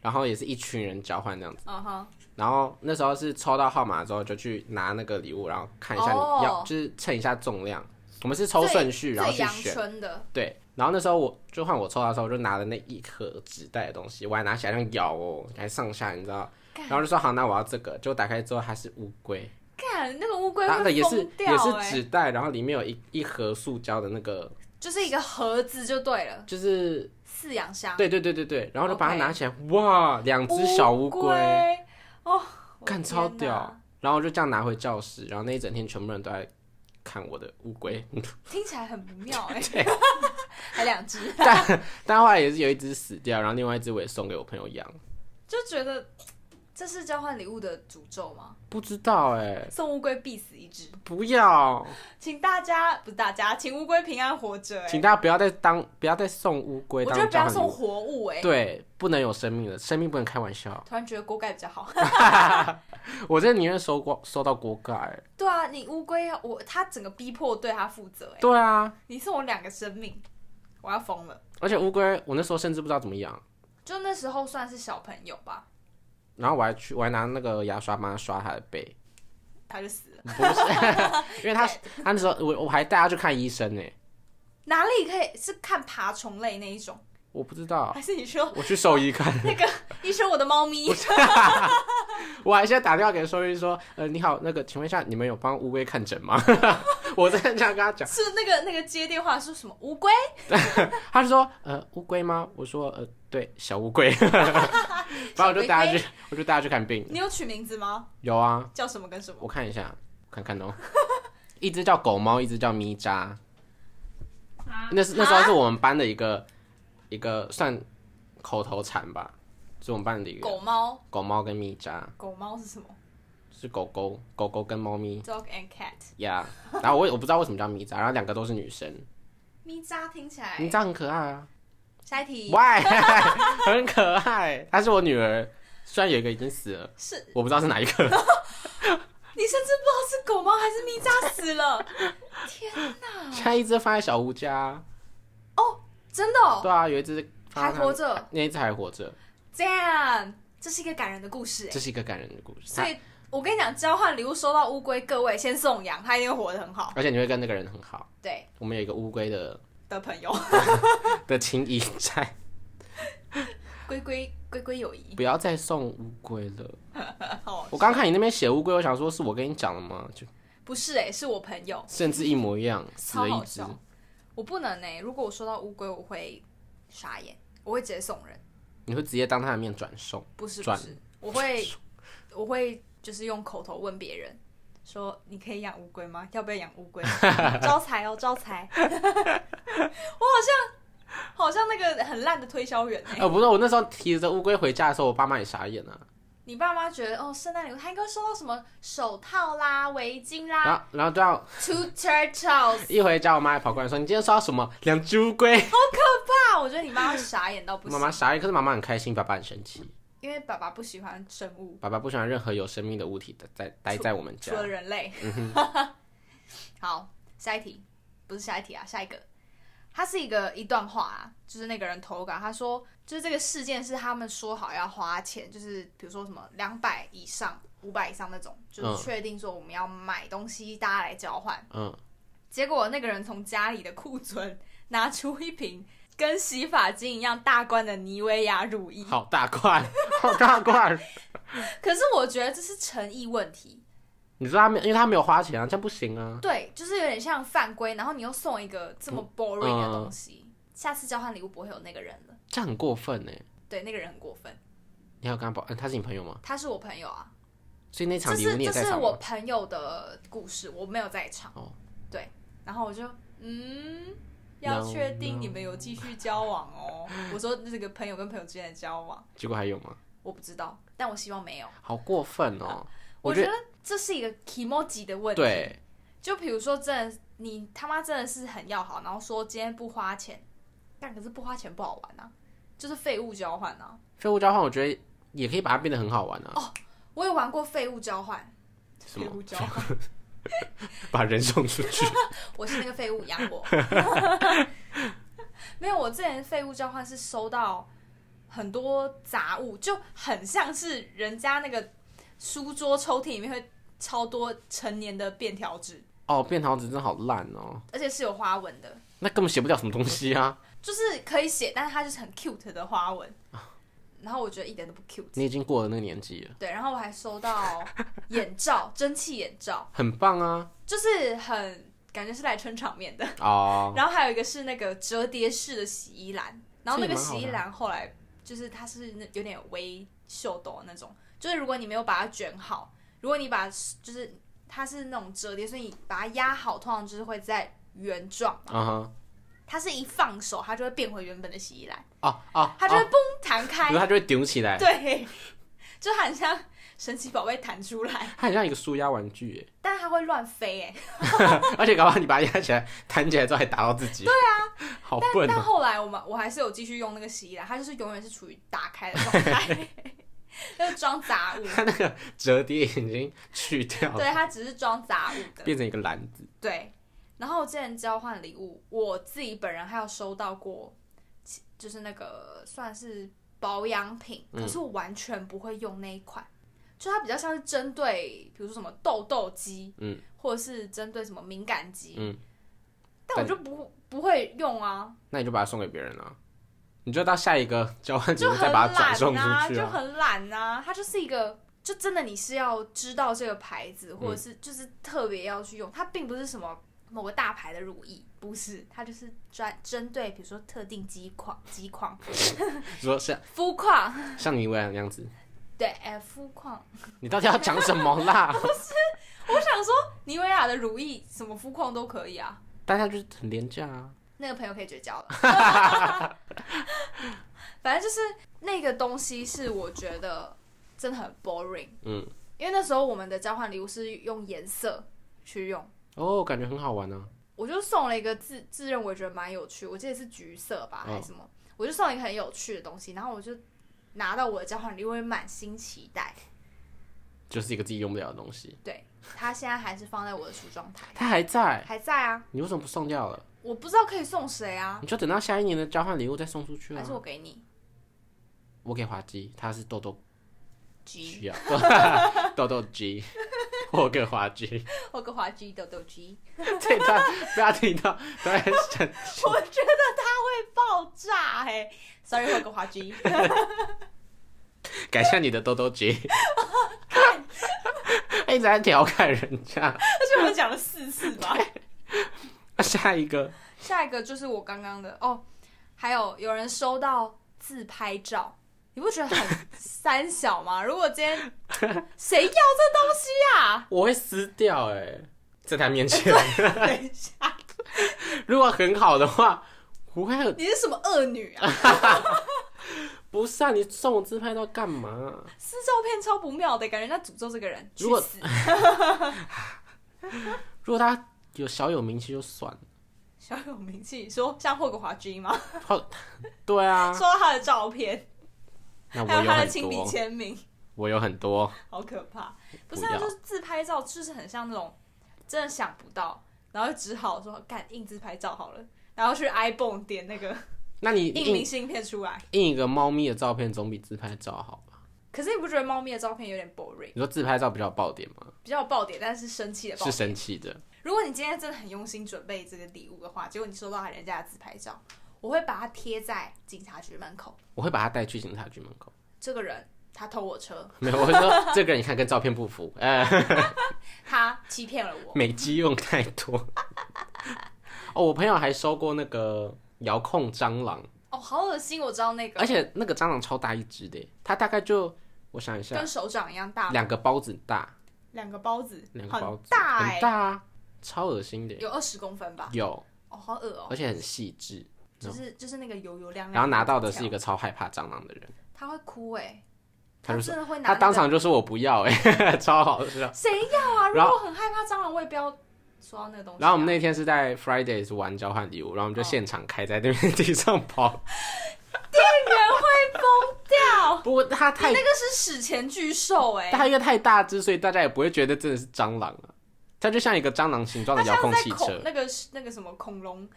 S2: 然后也是一群人交换这样子。
S1: 嗯哼，
S2: 然后那时候是抽到号码之后就去拿那个礼物，然后看一下你
S1: 哦
S2: 要，就是称一下重量。我们是抽顺序，然后
S1: 最
S2: 去
S1: 阳
S2: 选。
S1: 春的，
S2: 对，然后那时候我就换我抽到的时候，我就拿了那一颗纸袋的东西，我还拿起来这样咬哦，还上下，你知道？
S1: 干
S2: 然后就说好，那我要这个。结果打开之后还是乌龟，
S1: 看那个乌龟
S2: 它的
S1: 会
S2: 也是
S1: 疯
S2: 也
S1: 掉
S2: 是
S1: 哎、
S2: 纸袋，然后里面有一一盒塑胶的那个，
S1: 就是一个盒子就对了，
S2: 就是
S1: 饲养箱，
S2: 对对对对对，然后就把它
S1: OK
S2: 拿起来，哇，两只小乌龟，
S1: 龟哦，我
S2: 干
S1: 的
S2: 超
S1: 天哪
S2: 屌。然后我就这样拿回教室，然后那一整天全部人都在看我的乌龟，
S1: 听起来很不 妙哎、欸，
S2: 啊
S1: 还两只，
S2: 但后来也是有一只死掉，然后另外一只我也送给我朋友养，
S1: 就觉得这是交换礼物的诅咒吗？
S2: 不知道哎、
S1: 送乌龟必死一只，
S2: 不要。
S1: 请大家不是大家，请乌龟平安活着哎、
S2: 请大家不要再当不要再送乌龟
S1: 我
S2: 当
S1: 觉得不
S2: 交
S1: 要
S2: 换礼
S1: 送
S2: 物，
S1: 活物哎、
S2: 对，啊不能有生命的，生命不能开 玩笑。
S1: 突然觉得锅盖比较好。
S2: 我真的宁愿收过收到锅盖。
S1: 对啊，你乌龟要我，它整个逼迫对它负责哎、
S2: 对啊，
S1: 你送我两个生命，我要疯了。
S2: 而且乌龟我那时候甚至不知道怎么养，
S1: 就那时候算是小朋友吧，
S2: 然后我还去我还拿那个牙刷帮它刷它的 背，
S1: 它就死了。
S2: 不是，因为它它那时候我我还带它去看医生呢，
S1: 哪里可以是看爬虫类那一种，
S2: 我不知道，
S1: 还是你说
S2: 我去兽医看，
S1: 那个医生我的猫咪？
S2: 我还先打电话给兽医说，呃，你好，那个请问一下，你们有帮乌龟看诊吗？ 我真的这样跟他讲。
S1: 是那个那个接电话是什么乌龟？
S2: 他就说：“呃，乌龟吗？”我说：“呃，对，小乌龟。”然后我就带他去，我就带他去看病。
S1: 你有取名字吗？
S2: 有啊，
S1: 叫什么跟什么？
S2: 我看一下，看看哦。一只叫狗猫，一只叫咪渣。那是那时候是我们班的一个一个算口头禅吧，是我们班的一个
S1: 狗猫，
S2: 狗猫跟咪渣，
S1: 狗猫是什么
S2: 是狗狗狗狗跟猫咪
S1: ？Dog and cat。
S2: 呀。Yeah, 然后我也我不知道为什么叫咪渣，然后两个都是女生，
S1: 咪渣听起来
S2: 咪，渣很可爱啊。
S1: 下一题
S2: Why？很可爱，她是我女儿，虽然有一个已经死了，
S1: 是
S2: 我不知道是哪一 个。
S1: 你甚至不知道是狗猫还是咪渣死 了，
S2: 现在一只放在小吴家，
S1: 真的、哦、
S2: 对啊，有一只
S1: 还活，着。
S2: 那一只还活着，
S1: 这样，这是一个感人的故事哎。
S2: 这是一个感人的故事。
S1: 所以我跟你讲，交换礼物收到乌龟，各位先送养，它一定会活得很好。
S2: 而且你会跟那个人很好，
S1: 对
S2: 我们有一个乌龟 的
S1: 的朋友，
S2: 的情谊在，
S1: 龟龟龟龟友谊。
S2: 不要再送乌龟了。
S1: 哦，
S2: 我刚看你那边写乌龟，我想说是我跟你讲了吗？就
S1: 不是哎、是我朋友，
S2: 甚至一模一样，死
S1: 超
S2: 了一
S1: 好
S2: 只
S1: 笑。。我不能哎、如果我收到乌龟，我会傻眼，我会直接送人。
S2: 你会直接当他的面转送，
S1: 不是不
S2: 转
S1: 是，我会我会就是用口头问别人说：“你可以养乌龟吗？要不要养乌龟？ 招财哦，招财！” 我好像好像那个很烂的推销员哎、
S2: 呃，不是，我那时候提着乌龟回家的时候，我爸妈也傻眼啊了、
S1: 你爸妈觉得哦，圣诞礼物他应该收到什么手套啦、围巾啦
S2: 然后，啊然后就要
S1: ，Two turtles。
S2: 一回家，我妈还跑过来说：“你今天收到什么？两只乌龟
S1: 爸，啊我觉得你妈会傻眼到？”不
S2: 妈
S1: 行，
S2: 妈傻眼，可是妈妈很开心，爸爸很生气。
S1: 因为爸爸不喜欢生物，
S2: 爸爸不喜欢任何有生命的物体的在待在我们
S1: 除
S2: 家。
S1: 了人类。 好，下一题，不是下一题啊，下一个，它是一个一段话啊，就是那个人投稿，他说，就是这个事件是他们说好要花钱，就是比如说什么两百以上、五百以上那种，就是确定说我们要买东西，大家来交换。
S2: 嗯，
S1: 结果那个人从家里的库存拿出一瓶跟洗发精一样大罐的妮维雅乳液，
S2: 好大块， 好大块。
S1: 可是我觉得这是诚意问题，
S2: 你说他没，因为他没有花钱啊，这样不行啊。
S1: 对，就是有点像犯规，然后你又送一个这么 boring
S2: 嗯
S1: 的东西，下次交换礼物不会有那个人了。
S2: 这样很过分呢。欸
S1: 对，那个人很过分，
S2: 你还有跟他保，呃他是你朋友吗？
S1: 他是我朋友啊，
S2: 所以那
S1: 这
S2: 场礼物
S1: 是
S2: 你也
S1: 这
S2: 在
S1: 是
S2: 场
S1: 我
S2: 吗？
S1: 朋友的故事，我没有在场。
S2: 哦
S1: 对，然后我就嗯，要
S2: No,
S1: 确定你们有继续交往哦。 我说这个朋友跟朋友之间的交往，
S2: 结果还有吗？
S1: 我不知道，但我希望没有。
S2: 好过分哦！
S1: 啊我
S2: 觉
S1: 觉
S2: 得
S1: 得这是一个 emoji 的问题。
S2: 对，
S1: 就比如说，真的，你他妈真的是很要好，然后说今天不花钱，但可是不花钱不好玩啊，就是废物交换啊。
S2: 废物交换，我觉得也可以把它变得很好玩
S1: 哦
S2: 啊。
S1: 我有玩过废物交换，
S2: 什么
S1: 废物交换，
S2: 把人送出去，
S1: 我是那个废物，养我。 没有，我之前废物交换是收到很多杂物，就很像是人家那个书桌抽屉里面会超多成年的便条纸，
S2: 哦，便条纸真的好烂哦，
S1: 而且是有花纹的，
S2: 那根本写不了什么东西啊！
S1: 就是可以写，但是它就是很 cute 的花纹。然后我觉得一点都不 cute。
S2: 你已经过了那个年纪了，
S1: 对，然后我还收到眼罩，蒸汽眼罩，
S2: 很棒啊！
S1: 就是很感觉是来撑场面的。
S2: 哦，
S1: 然后还有一个是那个折叠式的洗衣篮，然后那个
S2: 这也蛮好的
S1: 洗衣篮后来就是它是那有点微秀斗那种，就是如果你没有把它卷好，如果你把就是它是那种折叠，所以你把它压好，通常就是会在原状，
S2: 嗯哼，
S1: 它是一放手它就会变回原本的洗衣篮，
S2: 哦哦，
S1: 它就会嘣弹开
S2: 然，后它就会顶起来，
S1: 对，就很像神奇宝贝弹出来，
S2: 它很像一个舒压玩具耶，
S1: 但是它会乱飞哎、
S2: 而且搞不好你把它压起来，弹起来之后还打到自己。对啊， 好笨
S1: 但
S2: 哦！
S1: 后来我们我还是有继续用那个洗衣篮，它就是永远是处于打开的状态， 就是装杂物。
S2: 它那个折叠已经去掉了，
S1: 对，它只是装杂物的。
S2: 变成一个篮子。
S1: 对，然后我之前交换礼物，我自己本人还有收到过，其就是那个算是保养品，
S2: 嗯
S1: 可是我完全不会用那一款，就它比较像是针对，比如说什么痘痘肌，
S2: 嗯，
S1: 或者是针对什么敏感肌，
S2: 嗯，
S1: 但我就不不会用啊。
S2: 那你就把它送给别人了，你就到下一个交换礼
S1: 就
S2: 物再
S1: 很
S2: 把
S1: 懒
S2: 它转送出
S1: 啊，
S2: 去
S1: 就
S2: 啊。
S1: 很懒啊，它就是一个，就真的你是要知道这个牌子，或者是就是特别要去用，它并不是什么某个大牌的乳液，不是，它就是专针对比如说特定肌况、肌况、
S2: 你说像
S1: 肤况，
S2: 像你一样那样子，
S1: 对，哎、肤况。
S2: 你到底要讲什么啦？
S1: 我想说，妮维雅的乳液什么肤况都可以啊，
S2: 但它就是很廉价啊。
S1: 那个朋友可以绝交了。 反正就是那个东西是我觉得真的很 boring。
S2: 嗯，
S1: 因为那时候我们的交换礼物是用颜色去用，
S2: 哦，感觉很好玩啊。
S1: 我就送了一个自自认为觉得蛮有趣，我记得是橘色吧
S2: 嗯
S1: 还是什么，我就送了一个很有趣的东西，然后我就拿到我的交换礼物，我也满心期待。
S2: 就是一个自己用不了的东西，
S1: 对，它现在还是放在我的梳妆台，
S2: 它还在，
S1: 还在啊，
S2: 你为什么不送掉了？
S1: 我不知道可以送谁啊，
S2: 你就等到下一年的交换礼物再送出去
S1: 还
S2: 啊
S1: 是。我给你
S2: 我给滑稽，它是豆豆
S1: G，
S2: 需要 豆豆 G，我 给滑稽，
S1: 我给华 G 豆豆 G，
S2: 这一段不要听到，突然想
S1: 我觉得它会爆炸哎、sorry 我给华 G，
S2: 改善你的豆 豆 G，一直在调侃人家。
S1: 而且我讲了四次吧。
S2: 下一个
S1: 下一个就是我刚刚的哦，还有有人收到自拍照，你不觉得很三小吗？如果今天谁要这东西啊？
S2: 我会撕掉哎、在他面 前，
S1: 等一下，
S2: 如果很好的话，不会很
S1: 你是什么恶女啊？
S2: 不是啊？你送我自拍照干嘛？
S1: 撕照片超不妙的，感觉在诅咒这个人。
S2: 如果
S1: 去死
S2: 如果他有小有名气就算了，
S1: 小有名气，说像霍格华 G 吗？
S2: 好，哦对 啊，
S1: 收到他的照片，
S2: 那我
S1: 还有
S2: 有
S1: 他的
S2: 很
S1: 亲笔
S2: 多，
S1: 签名，
S2: 我有很多，
S1: 好可怕。不是、啊，
S2: 不要
S1: 就是自拍照，就是很像那种真的想不到，然后只好说干硬自拍照好了，然后去 iPhone 点那个。
S2: 那你
S1: 印明
S2: 印
S1: 信片出来。
S2: 印一个猫咪的照片总比自拍照好吧？
S1: 可是你不觉得猫咪的照片有点 boring，
S2: 你说自拍照比较有爆点吗？
S1: 比较有爆点，但是生气的爆
S2: 是
S1: 点？
S2: 生气的，
S1: 如果你今天真的很用心准备这个礼物的话，结果你收到人家的自拍照，我会把它贴在警察局门口。
S2: 我会把他带去警察局门口。
S1: 这个人他偷我车，
S2: 没有，我会说这个人你看跟照片不符，哎、
S1: 他欺骗了我。
S2: 美肌用太多。哦，我朋友还收过那个遥控蟑螂，
S1: 哦，好恶心！我知道那个，
S2: 而且那个蟑螂超大一只的，它大概就我想一下，
S1: 跟手掌一样大，
S2: 两个包子大，
S1: 两个包子，
S2: 两个包
S1: 很
S2: 子
S1: 大哎、
S2: 很大啊，超恶心的，
S1: 有二十公分吧？
S2: 有，
S1: 哦，好恶哦、
S2: 而且很细致。
S1: 就是就是那个油油亮亮。
S2: 嗯然后拿到的是一，个超害怕蟑螂的人，
S1: 他会哭哎、
S2: 他就说
S1: 真的会拿、
S2: 他
S1: 那个
S2: 当场就说我不要，哎， 超好笑。
S1: 谁要啊？如
S2: 然后
S1: 果我很害怕蟑螂，我也不要说到那个东西啊、
S2: 然后我们那天是在 Fridays 玩交换礼物，然后我们就现场开在那边地上跑。
S1: 人会疯掉。
S2: 不过它
S1: 你
S2: 太
S1: 那个是史前巨兽哎、
S2: 它因为太大只，所以大家也不会觉得真的是蟑螂啊。它就像一个蟑螂形状
S1: 它
S2: 的遥
S1: 像
S2: 控
S1: 在
S2: 汽
S1: 恐
S2: 车，
S1: 那个那个什么恐龙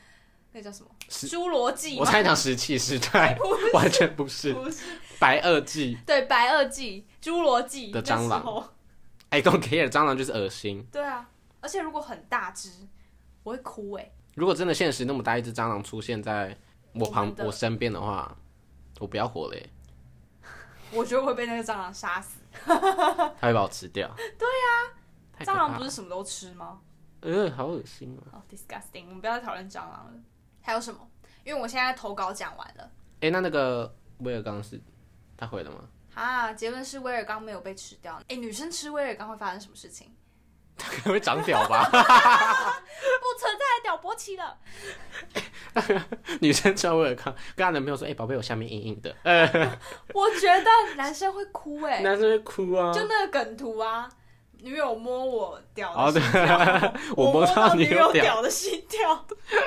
S1: 那叫什么？
S2: 是
S1: 侏罗纪
S2: 我
S1: 吗？
S2: 猜讲石器时 代，完全不是
S1: 不是，
S2: 白垩纪。
S1: 对，白垩纪、侏罗纪
S2: 的蟑螂
S1: 那时 候。
S2: I don't care，蟑螂就是恶心。
S1: 对啊，而且如果很大只，我会哭哎、
S2: 如果真的现实那么大一只蟑螂出现在我
S1: 我
S2: 旁
S1: 们的
S2: 我身边的话，我不要活 嘞，
S1: 我觉得我会被那个蟑螂杀死。
S2: 它会把我吃掉。对呀、
S1: 啊蟑螂
S2: 不
S1: 不
S2: 是
S1: 是什么都吃吗？
S2: 呃，好恶心哦。
S1: 哦、d i s g u s t i n g 我们不要再讨论蟑螂了。还有什么？因为我现在投稿讲完了
S2: 哎、那那个威尔刚是他回了吗？
S1: 啊，结论是威尔刚没有被吃掉。哎、女生吃威尔刚会发生什么事情？
S2: 他可能会长屌吧？
S1: 不存在的屌勃起了。
S2: 女生吃完威尔刚，跟她男朋友说：“哎、宝贝，我下面硬硬的。
S1: 我觉得男生会哭哎、
S2: 男生会哭啊。
S1: 就那个梗图啊，女友摸我屌
S2: 哦，
S1: 的
S2: 对
S1: 心跳，，
S2: 我摸
S1: 摸
S2: 到
S1: 女
S2: 你
S1: 友
S2: 有屌，
S1: 的心跳，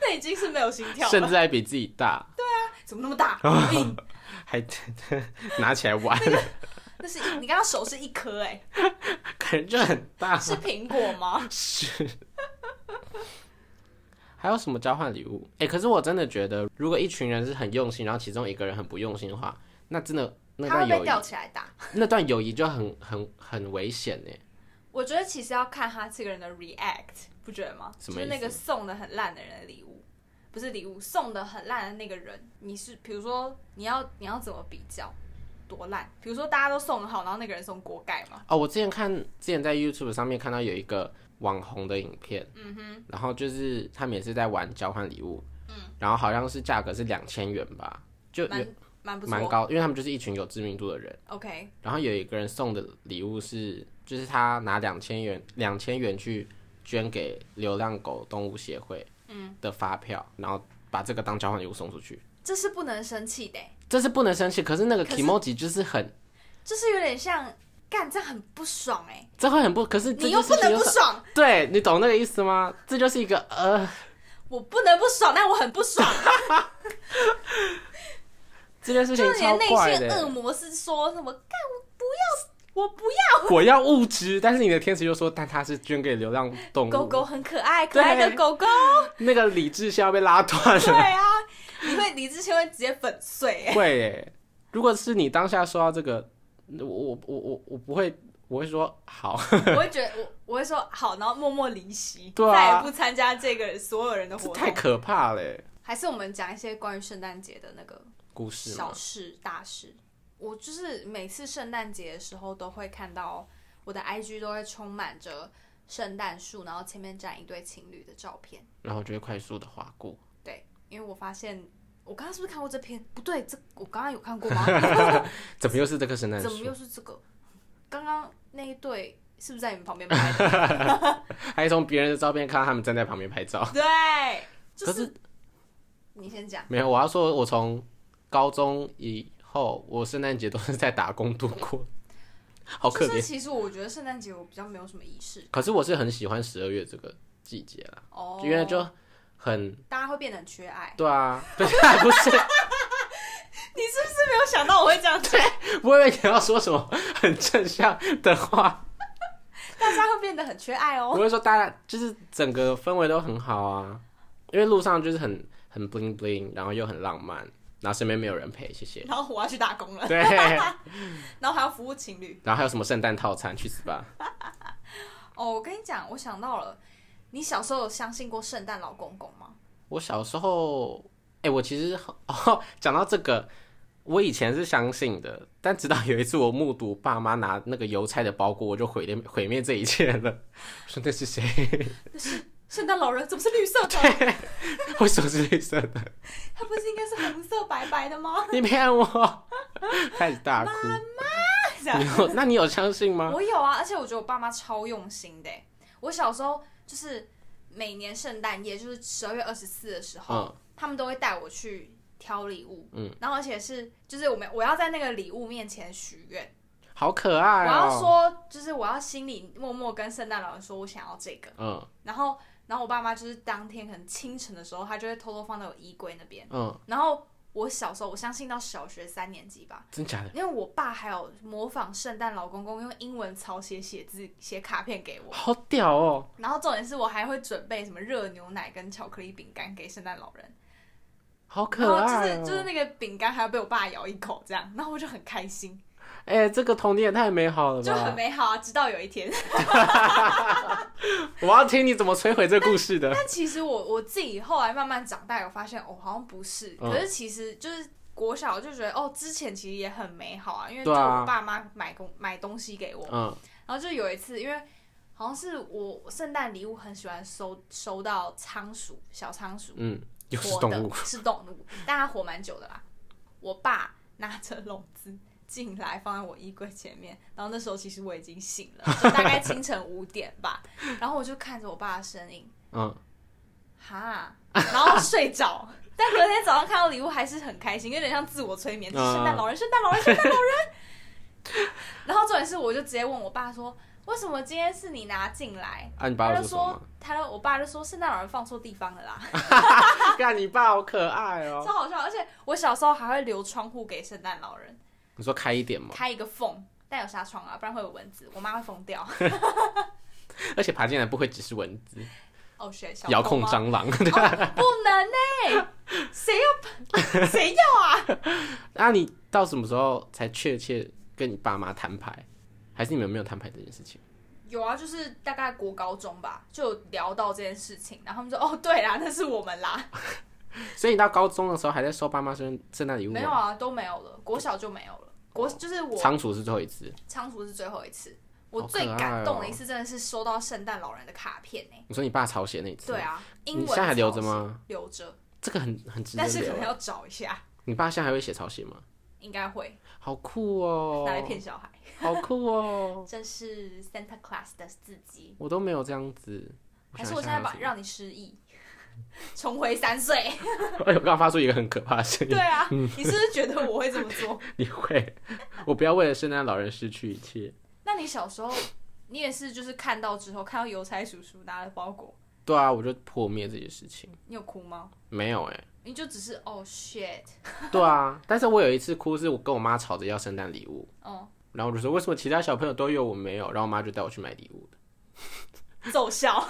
S1: 那已经是没有心跳
S2: 甚
S1: 了，
S2: 至还比自己大，
S1: 怎么那么 大？硬
S2: 还 拿起来玩，
S1: 那是一你刚刚手是一颗 哎、
S2: 感觉就很大。
S1: 是苹果吗？
S2: 是。还有什么交换礼物？哎、可是我真的觉得，如果一群人是很用心，然后其中一个人很不用心的话，那真的那
S1: 它
S2: 段
S1: 会
S2: 友
S1: 被
S2: 谊
S1: 吊，起来打。
S2: 那段友谊就很很很危险呢。
S1: 我觉得其实要看他这个人的 react，不觉得吗？
S2: 什么
S1: 就是那
S2: 意思
S1: 个送的很烂的人的礼物，不是礼物，送的很烂的那个人，你是比如说你要你要怎么比较多烂？比如说大家都送的好，然后那个人送锅盖嘛，
S2: 哦，我之前看，之前在 YouTube 上面看到有一个网红的影片，嗯哼，然后就是他们也是在玩交换礼物，嗯，然后好像是价格是两千元吧，就有
S1: 蛮蛮不
S2: 蛮
S1: 错。
S2: 高，因为他们就是一群有知名度的人。
S1: OK，
S2: 然后有一个人送的礼物是，就是他拿两千元两千元去捐给流浪狗动物协会
S1: 嗯
S2: 的发票，然后把这个当交换礼物送出去。
S1: 这是不能生气的欸、
S2: 这是不能生气，可是那个
S1: 可是
S2: emoji 就是很，
S1: 就是有点像干，这样很不爽哎、
S2: 这会很不，可是这
S1: 你又
S2: 件
S1: 不
S2: 事情
S1: 能
S2: 就
S1: 不
S2: 是
S1: 爽，
S2: 对你懂那个意思吗？这就是一个呃，
S1: 我不能不爽，但我很不爽。
S2: 这件事情
S1: 就是你的
S2: 超
S1: 内
S2: 怪
S1: 心恶
S2: 的，
S1: 魔是说什么？干我不要，我不
S2: 我要物质，但是你的天使又说，但他是捐给流浪动物，
S1: 狗狗很可爱，可爱的
S2: 对
S1: 狗狗。
S2: 那个理智线要被拉断
S1: 对
S2: 了，
S1: 啊，你会理智线会直接粉碎、 欸。
S2: 会耶。如果是你当下收到这个，我我我我我不会，我会说 好，
S1: 我会觉得我我会说好，然后默默离席，
S2: 对啊
S1: 再也不参加这个所有人的
S2: 这
S1: 活
S2: 太
S1: 动。
S2: 可怕了耶。
S1: 还是我们讲一些关于圣诞节的那个
S2: 故事嘛
S1: 小，事大事。我就是每次圣诞节的时候都会看到我的 IG 都会充满着圣诞树，然后前面站一对情侣的照片。
S2: 然后我就会快速的划过。
S1: 对，因为我发现我刚刚是不是看过这篇？不对，这我刚刚有看过 吗？
S2: 怎么又是这个圣诞
S1: 怎么
S2: 树
S1: 又？是这个？刚刚那一对是不是在你们旁边拍的？
S2: 还从别人的照片看到他们站在旁边拍照。
S1: 对，就
S2: 可
S1: 啊是
S2: 是
S1: 你先讲。
S2: 没有，我要说，我从高中以后，我圣诞节都是在打工度过， 好可
S1: 就是
S2: 怜。
S1: 其实我觉得圣诞节我比较没有什么仪式
S2: 可是我是很喜欢十二月这个季节啦，
S1: 哦，
S2: 因为就很
S1: 大家会变得很缺爱。
S2: 对啊， 不是不是，
S1: 你是不是没有想到我会这样讲？
S2: 我以为你要说什么很正向的话。
S1: 大家会变得很缺爱哦。
S2: 我会说大家就是整个氛围都很好啊，因为路上就是很很 bling bling，然后又很浪漫，然后身边没有人陪，谢谢。
S1: 然后我要去打工了，
S2: 对，然
S1: 然后还要服务情侣。
S2: 后还有什么圣诞套餐，去死吧！
S1: 哦，我跟你讲，我想到了，你小时候有相信过圣诞老公公吗？
S2: 我小时候，哎、我其实哦，讲到这个，我以前是相信的，但直到有一次我目睹爸妈拿那个邮差的包裹，我就毁灭毁灭这一切了。 我说那是谁？
S1: 圣诞老人怎么是绿 色的？
S2: 为什么是绿色的？
S1: 他不是应该是红色白白的吗？
S2: 你骗我！开始大哭。
S1: 这样
S2: 你有？ 那你有相信吗？
S1: 我有啊，而且我觉得我爸妈超用心的欸。我小时候就是每年圣诞夜，就是十二月二十四的时候，
S2: 嗯
S1: 他们都会带我去挑礼物，
S2: 嗯，
S1: 然后而且是就是我们我要在那个礼物面前许愿，
S2: 好可
S1: 我
S2: 爱、哦！
S1: 要说就是我要心里默默跟圣诞老人说我想要这个，
S2: 嗯
S1: 然后然后我爸妈就是当天可能清晨的时候，他就会偷偷放在我衣柜那边，
S2: 嗯，
S1: 然后我小时候，我相信到小学三年级吧，
S2: 真假的？
S1: 因为我爸还有模仿圣诞老公公用英文草写写字写卡片给我，
S2: 好屌哦！
S1: 然后重点是我还会准备什么热牛奶跟巧克力饼干给圣诞老人，
S2: 好
S1: 然
S2: 可
S1: 后
S2: 爱、
S1: 就
S2: 哦
S1: 是就是那个饼干还要被我爸咬一口这样，然后我就很开心，
S2: 哎、这个童年也太美好了
S1: 就很
S2: 吧！
S1: 美好啊。直到有一天，
S2: 我要听你怎么摧毁这个故事的。
S1: 但其实我我自己后来慢慢长大，有发现哦，好像不是。
S2: 嗯
S1: 可是其实就是国小就觉得哦，之前其实也很美好啊，因为就
S2: 对啊
S1: 我爸妈买东买东西给我，
S2: 嗯
S1: 然后就有一次，因为好像是我圣诞礼物很喜欢收收到仓鼠，小仓鼠，
S2: 嗯， 又是
S1: 活的
S2: 动物，
S1: 是动物，但它活蛮久的啦。我爸拿着笼子进来，放在我衣柜前面，然后那时候其实我已经醒了，就大概清晨五点吧，然后我就看着我爸的身影。
S2: 嗯，
S1: 哈，然后睡着。 但隔天早上看到礼物还是很开心，有点像自我催眠，就
S2: 嗯
S1: 是圣诞老人，圣诞老人，圣诞老人。然后重点是，我就直接问我爸说，为什么今天是你拿进来？
S2: 啊，你爸
S1: 他
S2: 爸
S1: 就
S2: 什么
S1: 说，他就我爸就说，圣诞老人放错地方了啦，啊
S2: 吗？看你爸好可爱哦！
S1: 超好笑。而且我小时候还会留窗户给圣诞老人，
S2: 你说开一点嘛，
S1: 开一个缝，但有纱窗啊，不然会有蚊子，我妈会疯掉。
S2: 而且爬进来不会只是蚊子，
S1: 哦，学小
S2: 遥
S1: 偷
S2: 控
S1: 吗哦
S2: 蟑螂。
S1: 不能呢、谁要 谁要
S2: 那啊你到什么时候才确切跟你爸妈摊牌？还是你们没有摊牌这件事情？
S1: 有啊，就是大概国高中吧，就有聊到这件事情，然后他们说哦，对啦，那是我们啦，
S2: 所以你到高中的时候还在收爸妈生圣诞礼物
S1: 没有
S2: 吗？
S1: 啊，都没有了，国小就没有了，
S2: 哦
S1: 国就是我
S2: 仓鼠是最后一次。
S1: 仓鼠是最后一次，我
S2: 好可
S1: 最
S2: 爱哦
S1: 感动的一次真的是收到圣诞老人的卡片呢、
S2: 你说你爸抄写那一次，
S1: 对，啊，英
S2: 你
S1: 文
S2: 现在还留着
S1: 抄
S2: 吗？
S1: 写？留着，
S2: 这个很很值得
S1: 但是可能
S2: 留。啊
S1: 要找一下，
S2: 你爸现在还会写抄写吗？
S1: 应该会
S2: 好酷哦
S1: 拿！来骗小孩，
S2: 好酷哦！
S1: 这是 Santa Claus 的自己，
S2: 我都没有这样子。
S1: 还
S2: 想
S1: 是
S2: 一
S1: 我现
S2: 下
S1: 在把
S2: 还有
S1: 让你失忆，重回三 岁？
S2: 什么哎我刚刚发出一个很可怕的声音
S1: 对。啊，
S2: 嗯
S1: 你是不是觉得我会这么做？
S2: 你会？我不要为了圣诞老人失去一切。
S1: 那你小时候，你也是就是看到之后，看到邮差叔叔拿了包裹，
S2: 对啊，我就破灭这些事情。
S1: 你有哭吗？
S2: 没有哎、
S1: 你就只是哦 shit，
S2: 对啊，但是我有一次哭，是我跟我妈吵着要圣诞礼物，
S1: 哦，
S2: 然后我就说为什么其他小朋友都有我没有，然后我妈就带我去买礼物，
S1: 奏 效，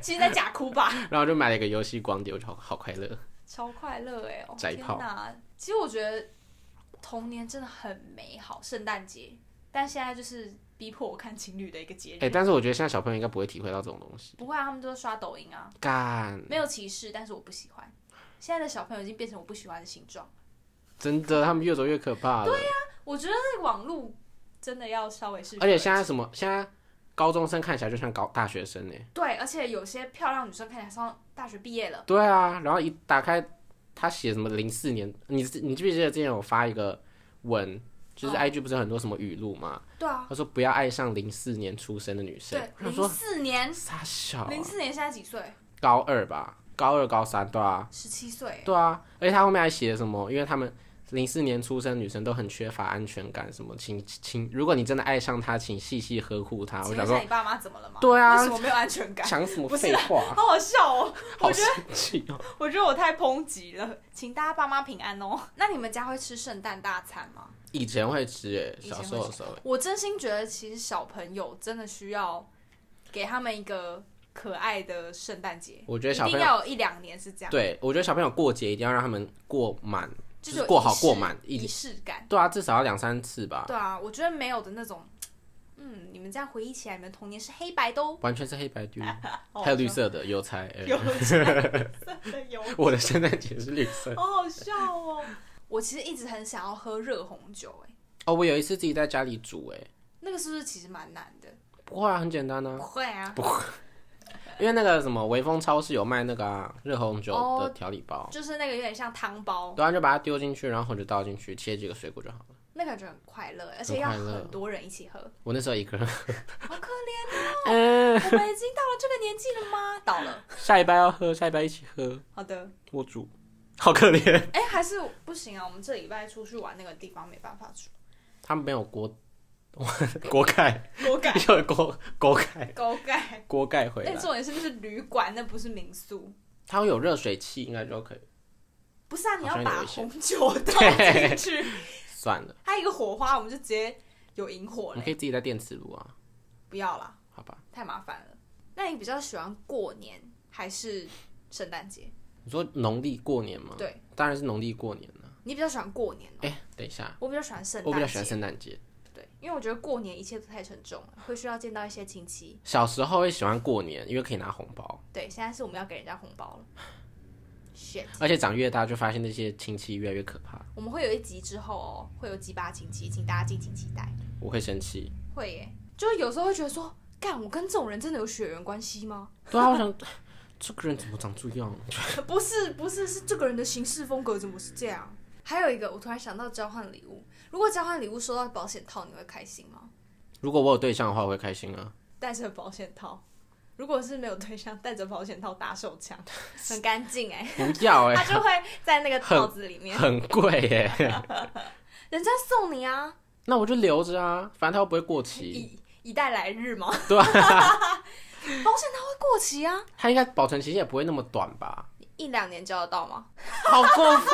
S1: 其实在假哭吧，
S2: 然后我就买了一个游戏光碟，我就好好快乐。
S1: 超快乐哎、哦
S2: 宅
S1: 天
S2: 炮
S1: 哪！其实我觉得童年真的很美好，圣诞节，但现在就是逼迫我看情侣的一个节
S2: 哎、
S1: 日。
S2: 但是我觉得现在小朋友应该不会体会到这种东西。嗯
S1: 不会啊，他们都是刷抖音啊，
S2: 干，
S1: 没有歧视，但是我不喜欢。现在的小朋友已经变成我不喜欢的形状，
S2: 真的，他们越走越可怕了。对呀、
S1: 我觉得那个网络真的要稍微是，
S2: 而且现在什么，现在高中生看起来就像高大学生哎、
S1: 对，而且有些漂亮女生看起来像大学毕业了，
S2: 对啊，然后一打开，他写什么零四年，你你记不记得之前有发一个文，就是 IG 不是有很多什么语录嘛？
S1: 对嗯啊，
S2: 他说不要爱上零四年出生的女生
S1: 对，，
S2: 他
S1: 零
S2: 说
S1: 四年，
S2: 傻小啊、
S1: 零四年现在几岁？
S2: 高二吧，高二高三对啊，
S1: 十七岁，
S2: 对啊，而且他后面还写什么，因为他们。零四年出生女生都很缺乏安全感，什么请请，如果你真的爱上她，请细细呵护她。我
S1: 请问
S2: 想
S1: 一
S2: 说
S1: 下，你爸妈怎么了吗？
S2: 对啊
S1: 为什么没有安全感？
S2: 讲什么
S1: 不是
S2: 废 话，
S1: 好好笑哦！
S2: 好生气哦！
S1: 我觉得我太抨击了，请大家爸妈平安哦。那你们家会吃圣诞大餐吗？
S2: 以前会吃诶，
S1: 以前
S2: 小
S1: 会
S2: 时候的时候，
S1: 我真心觉得，其实小朋友真的需要给他们一个可爱的圣诞节，
S2: 我觉得
S1: 一
S2: 小朋
S1: 定
S2: 友
S1: 要有一两年是这样，
S2: 对，我觉得小朋友过节一定要让他们过满，就是
S1: 有
S2: 过好
S1: 仪式
S2: 过满一
S1: 仪式感。
S2: 对啊，至少要两三次吧，
S1: 对啊，我觉得没有的那种，嗯，你们这样回忆起来，你们童年是黑白的 哦，
S2: 完全是黑白绿，还有绿色的邮差。哎
S1: 有哦真的有，
S2: 我的圣诞节是绿色。
S1: 好好笑哦。我其实一直很想要喝热红酒、哎，
S2: 哦，我有一次自己在家里煮，哎，
S1: 那个是不是其实蛮难的？
S2: 不会啊，很简单
S1: 不
S2: 啊，
S1: 会啊，
S2: 因为那个什么微风超市有卖那个啊热红酒
S1: 哦
S2: 的调理包，
S1: 就是那个有点像汤包，
S2: 对啊，就把它丢进去，然后红酒倒进去，切几个水果就好了。
S1: 那感觉很快乐，而且要很多人一起喝。
S2: 我那时候一个人，
S1: 好可怜，哦
S2: 嗯，
S1: 我们已经到了这个年纪了吗？到了，
S2: 下一杯要喝，下一杯一起喝，
S1: 好的。
S2: 我煮，好可怜，
S1: 哎、还是不行啊，我们这礼拜出去玩那个地方没办法住，
S2: 他们没有锅， 锅盖，
S1: 狗改
S2: 有锅锅盖，
S1: 狗改。
S2: 锅盖回
S1: 哎，
S2: 来。
S1: 重点是不是旅馆？那不是民宿。
S2: 它会有热水器，应该就可以。
S1: 不是啊，你
S2: 好
S1: 要
S2: 像有
S1: 把
S2: 一些
S1: 红酒倒进去，
S2: 算了，
S1: 还有一个火花，我们就直接有引火
S2: 你
S1: 了。
S2: 可以自己带电磁炉啊，
S1: 不要啦，
S2: 好吧？
S1: 太麻烦了。那你比较喜欢过年还是圣诞节？
S2: 你说农历过年吗？
S1: 对，
S2: 当然是农历过年了。
S1: 你比较喜欢过年哦、
S2: 哎、等一下，
S1: 我比较喜欢圣
S2: 我比较
S1: 诞
S2: 喜欢
S1: 节。
S2: 圣诞节。
S1: 对，因为我觉得过年一切都太沉重了，会需要见到一些亲戚。
S2: 小时候会喜欢过年，因为可以拿红包，
S1: 对，现在是我们要给人家红包了。shit，
S2: 而且长越大就发现那些亲戚越来越可怕，
S1: 我们会有一集之后、哦、会有鸡巴亲戚，请大家敬请期待。
S2: 我会生气。
S1: 会耶，就是有时候会觉得说，干，我跟这种人真的有血缘关系吗？
S2: 对啊，我想 这个人怎么长这样？
S1: 不是，不是，是这个人的行事风格怎么是这样？还有一个，我突然想到交换礼物，如果交换礼物收到保险套，你会开心吗？
S2: 如果我有对象的话，我会开 心啊。
S1: 带着保险套，如果是没有对象，带着保险套打手 枪，很干净哎，
S2: 不要 哎、
S1: 他就会在那个套子里面，
S2: 很 贵耶、
S1: 人家送你啊，
S2: 那我就留着啊，反正它又不会过期，
S1: 以以待来日嘛。
S2: 对啊
S1: 保险套会过期啊，
S2: 它应该保存期限也不会那么短吧？
S1: 一两年交得到吗？
S2: 好过分！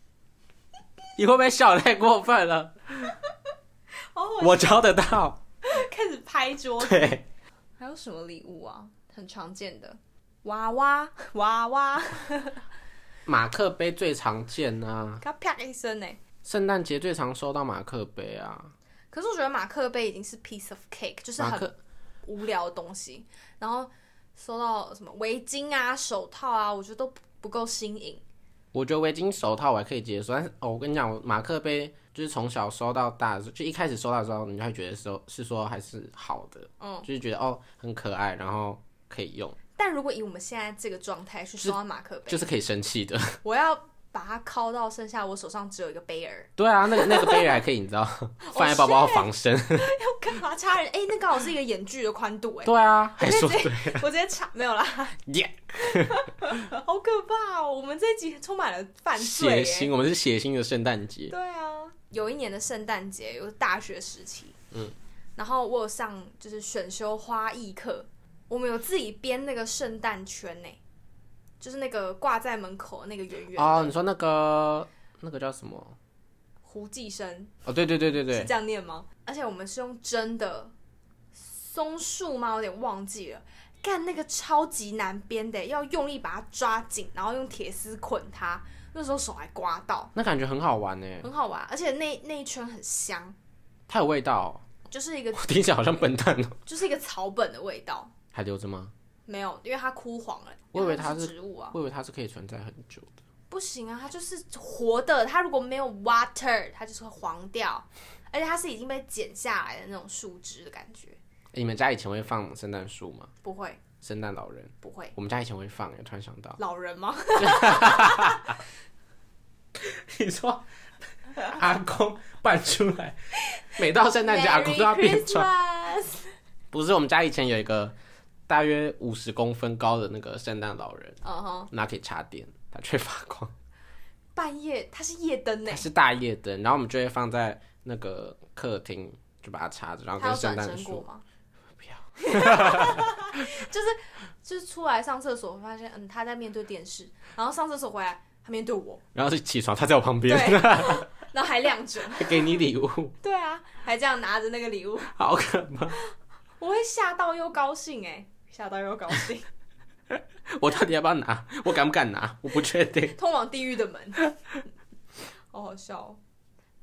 S2: 你会不会笑得太过分了？
S1: 哦，
S2: 我交得到，
S1: 开始拍桌子。
S2: 对，
S1: 还有什么礼物啊？很常见的娃娃， 娃 娃，
S2: 马克杯最常见啊，
S1: 它啪一声欸呢。
S2: 圣诞节最常收到马克杯啊，
S1: 可是我觉得马克杯已经是 piece of cake，就是
S2: 马
S1: 很
S2: 克
S1: 无聊的东西。然后收到什么围巾啊、手套啊，我觉得都不不够新颖。
S2: 我觉得围巾、手套我还可以接受，但是哦，我跟你讲，我马克杯就是从小收到大的时候，就一开始收到的时候，你就会觉得说是说还是好的，
S1: 嗯，
S2: 就是觉得哦很可爱，然后可以用，
S1: 但如果以我们现在这个状态去收到马克杯，
S2: 就是可以生气的。
S1: 我要把它敲到剩下我手上只有一个杯 儿，
S2: 对啊，那个那个杯还可以，你知 道，
S1: 哦
S2: 放在包包防身。
S1: 要干嘛插人？哎、那刚好是一个眼距的宽度、哎，
S2: 对啊，还
S1: 我
S2: 说
S1: 直接我直接插没有啦，
S2: 耶
S1: 好可怕哦！我们这一集充满了犯罪、
S2: 血
S1: 哎
S2: 腥，我们是血腥的圣诞节。
S1: 对啊，有一年的圣诞节，有大学时期，嗯，然后我有上就是选修花艺课，我们有自己编那个圣诞圈呢、就是那个挂在门口的那个圆圆的
S2: 哦，你说那个那个叫什么？
S1: 胡寄生
S2: 哦，对对对对
S1: 是
S2: 对，
S1: 这样念吗？而且我们是用真的松树吗？我有点忘记了。干那个超级难编的、要用力把它抓紧，然后用铁丝捆它。那时候手还刮到，
S2: 那感觉很好玩呢，
S1: 很好玩，而且那那一圈很香，
S2: 它有味道哦、
S1: 就是一个
S2: 我听起来好像笨蛋哦。
S1: 就是一个草本的味道。
S2: 还留着吗？
S1: 没有，因为它枯黄了。
S2: 我以为
S1: 因它
S2: 它是
S1: 植物啊，
S2: 我以为它是可以存在很久的。
S1: 不行啊，它就是活的。它如果没有 water，它就是会黄掉，而且它是已经被剪下来的那种树枝的感觉。
S2: 欸你们家以前会放圣诞树吗？
S1: 不会，
S2: 圣诞老人？
S1: 不会，
S2: 我们家以前会放耶，突然想到，
S1: 老人吗？
S2: 你 说阿公扮出来，每到圣诞节阿公都要
S1: Merry
S2: 变装。
S1: Christmas
S2: 不是，我们家以前有一个大约五十公分高的那个圣诞老人，
S1: 嗯哼，
S2: 拿铁插电，它就会发光。
S1: 半夜它是夜灯呢欸
S2: 它，是大夜灯，然后我们就会放在那个客厅，就把它插着，然后
S1: 它
S2: 跟
S1: 有
S2: 圣
S1: 转
S2: 诞
S1: 身过
S2: 树。
S1: 吗？
S2: 不要。
S1: 就是就是出来上厕所，发现嗯他在面对电视，然后上厕所回来，他面对我，
S2: 然后是起床，它在我旁边，
S1: 对， 然后还亮着，
S2: 给你礼物，
S1: 对啊，还这样拿着那个礼物，
S2: 好可怕！
S1: 我会吓到又高兴哎、吓到又高兴，
S2: 我到底要不要拿？我敢不敢拿？我不确 定。
S1: 通往地狱的门，好好笑哦！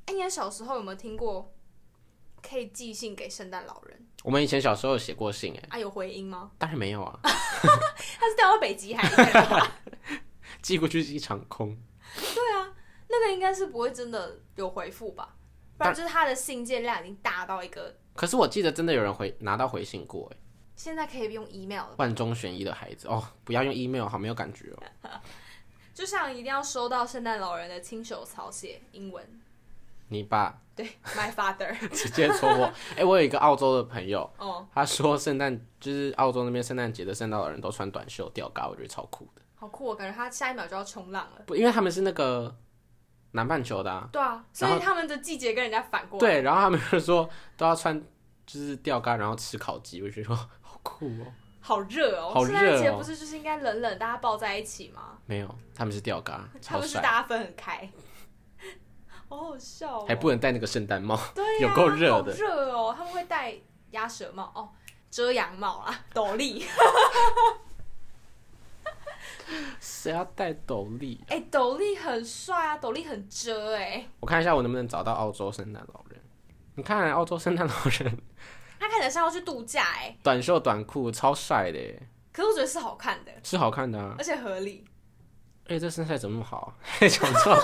S1: 哎、你小时候有没有听过可以寄信给圣诞老人？
S2: 我们以前小时候有写过信，哎，
S1: 啊，有回音吗？
S2: 当然没有啊，
S1: 他是掉到北极海里面了吧？
S2: 寄过去是一场空。
S1: 那个应该是不会真的有回复吧？不然就是他的信件量已经大到一个，
S2: 可是我记得真的有人回拿到回信过，哎，
S1: 现在可以用 email 了，
S2: 万中选一的孩子哦，不要用 email，好没有感觉哦。
S1: 就像一定要收到圣诞老人的亲手草写英文，
S2: 你爸
S1: 对，my father，
S2: 直接戳我， 哎、我有一个澳洲的朋友，
S1: 哦，
S2: 他说圣诞就是澳洲那边圣诞节的圣诞老人都穿短袖吊嘎，我觉得超酷的，
S1: 好酷、哦，感觉他下一秒就要冲浪了。
S2: 不，因为他们是那个南半球的、啊，
S1: 对啊，所
S2: 然
S1: 以
S2: 后
S1: 他们的季节跟人家反过来。
S2: 对， 然后他们就说都要穿就是吊嘎，然后吃烤鸡，我觉得哇好酷哦，
S1: 好热哦！
S2: 好热
S1: 圣
S2: 哦
S1: 诞节不是就是应该冷冷大家抱在一起吗？
S2: 没有，他们是吊嘎，
S1: 他
S2: 超
S1: 们是
S2: 帅，
S1: 大家分很开， 好好笑哦！
S2: 还不能戴那个圣诞帽，
S1: 对、呀，
S2: 有够热的
S1: 好热哦！他们会戴鸭舌帽哦，遮阳帽啦，斗笠。
S2: 谁要戴斗笠？
S1: 哎、斗笠很帅啊，斗笠很遮哎、
S2: 我看一下我能不能找到澳洲圣诞老人。你看澳洲圣诞老人
S1: 他看起来像要去度假哎、
S2: 短袖短裤超帅的耶，
S1: 可是我觉得是好看的，
S2: 是好看的啊。
S1: 而且合理。
S2: 哎、这身材怎么那么好？ 讲错。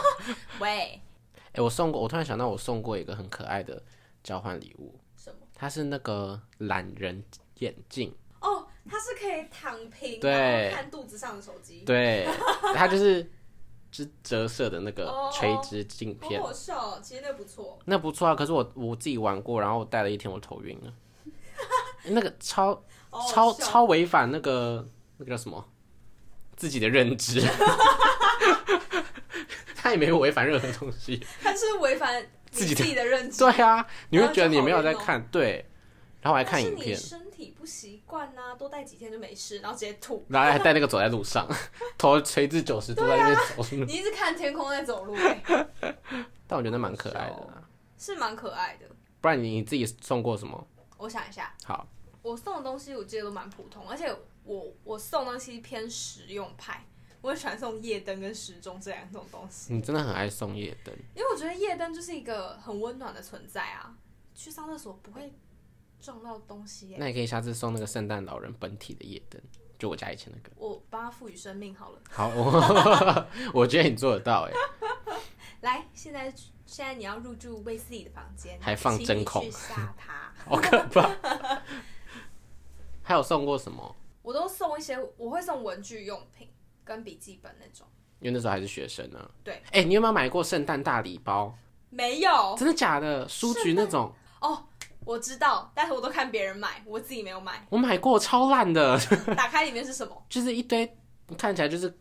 S1: 喂，
S2: 哎、我送过，我突然想到，我送过一个很可爱的交换礼物，
S1: 什么？
S2: 它是那个懒人眼镜，
S1: 哦，他是可以躺平，
S2: 对
S1: 然后看肚子上的手机，
S2: 对，它就是是折射的那个
S1: 哦哦
S2: 垂直镜
S1: 好
S2: 片，
S1: 好笑哦。其实那不错，
S2: 那不错啊。可是我我自己玩过，然后我戴了一天，我头晕了。那个 超
S1: 好好
S2: 超
S1: 哦笑
S2: 超违反那个那个叫什么自己的认 知，他也没有违反任何东 西。
S1: 他是违反你
S2: 自
S1: 自
S2: 己的
S1: 己的认知，
S2: 对啊，你会
S1: 然后
S2: 觉得
S1: 就
S2: 你没有
S1: 好
S2: 在
S1: 晕哦
S2: 看，对，然后我还看
S1: 但是
S2: 影
S1: 你
S2: 片，
S1: 身体不习惯呐，多戴几天就没事，然后直接吐。
S2: 然后还带那个走在路上，头垂直九十度
S1: 啊
S2: 在那边走，
S1: 你一直看天空在走路、哎
S2: 但我觉得蛮可爱的
S1: 哦
S2: 啦。
S1: 是蛮可爱的。
S2: 不然你你自己送过什么？
S1: 我想一下，
S2: 好，
S1: 我送的东西我记得都蛮普通，而且我我送东西偏实用派，我很喜欢送夜灯跟时钟这两种东西，
S2: 你真的很爱送夜灯，
S1: 因为我觉得夜灯就是一个很温暖的存在啊。去上厕所不会撞到东西、哎
S2: 那你可以下次送那个圣诞老人本体的夜灯，就我家以前那个。
S1: 我帮它赋予生命好了。
S2: 好，我 我觉得你做得到哎、
S1: 来，现在现在你要入住为自己的房间，
S2: 还放
S1: 请你
S2: 针孔
S1: 去吓它。
S2: 好可怕。还有送过什么？
S1: 我都送一些，我会送文具用品跟笔记本那种。
S2: 因为那时候还是学生呢、啊。
S1: 对，哦
S2: 哎、你有没有买过圣诞大礼包？
S1: 没有
S2: 真的假的？书局那种，
S1: 哦，我知道，但是我都看别人买，我自己没有 买。
S2: 我买过，超烂的，
S1: 打开里面是什么？
S2: 就是一堆看起来就是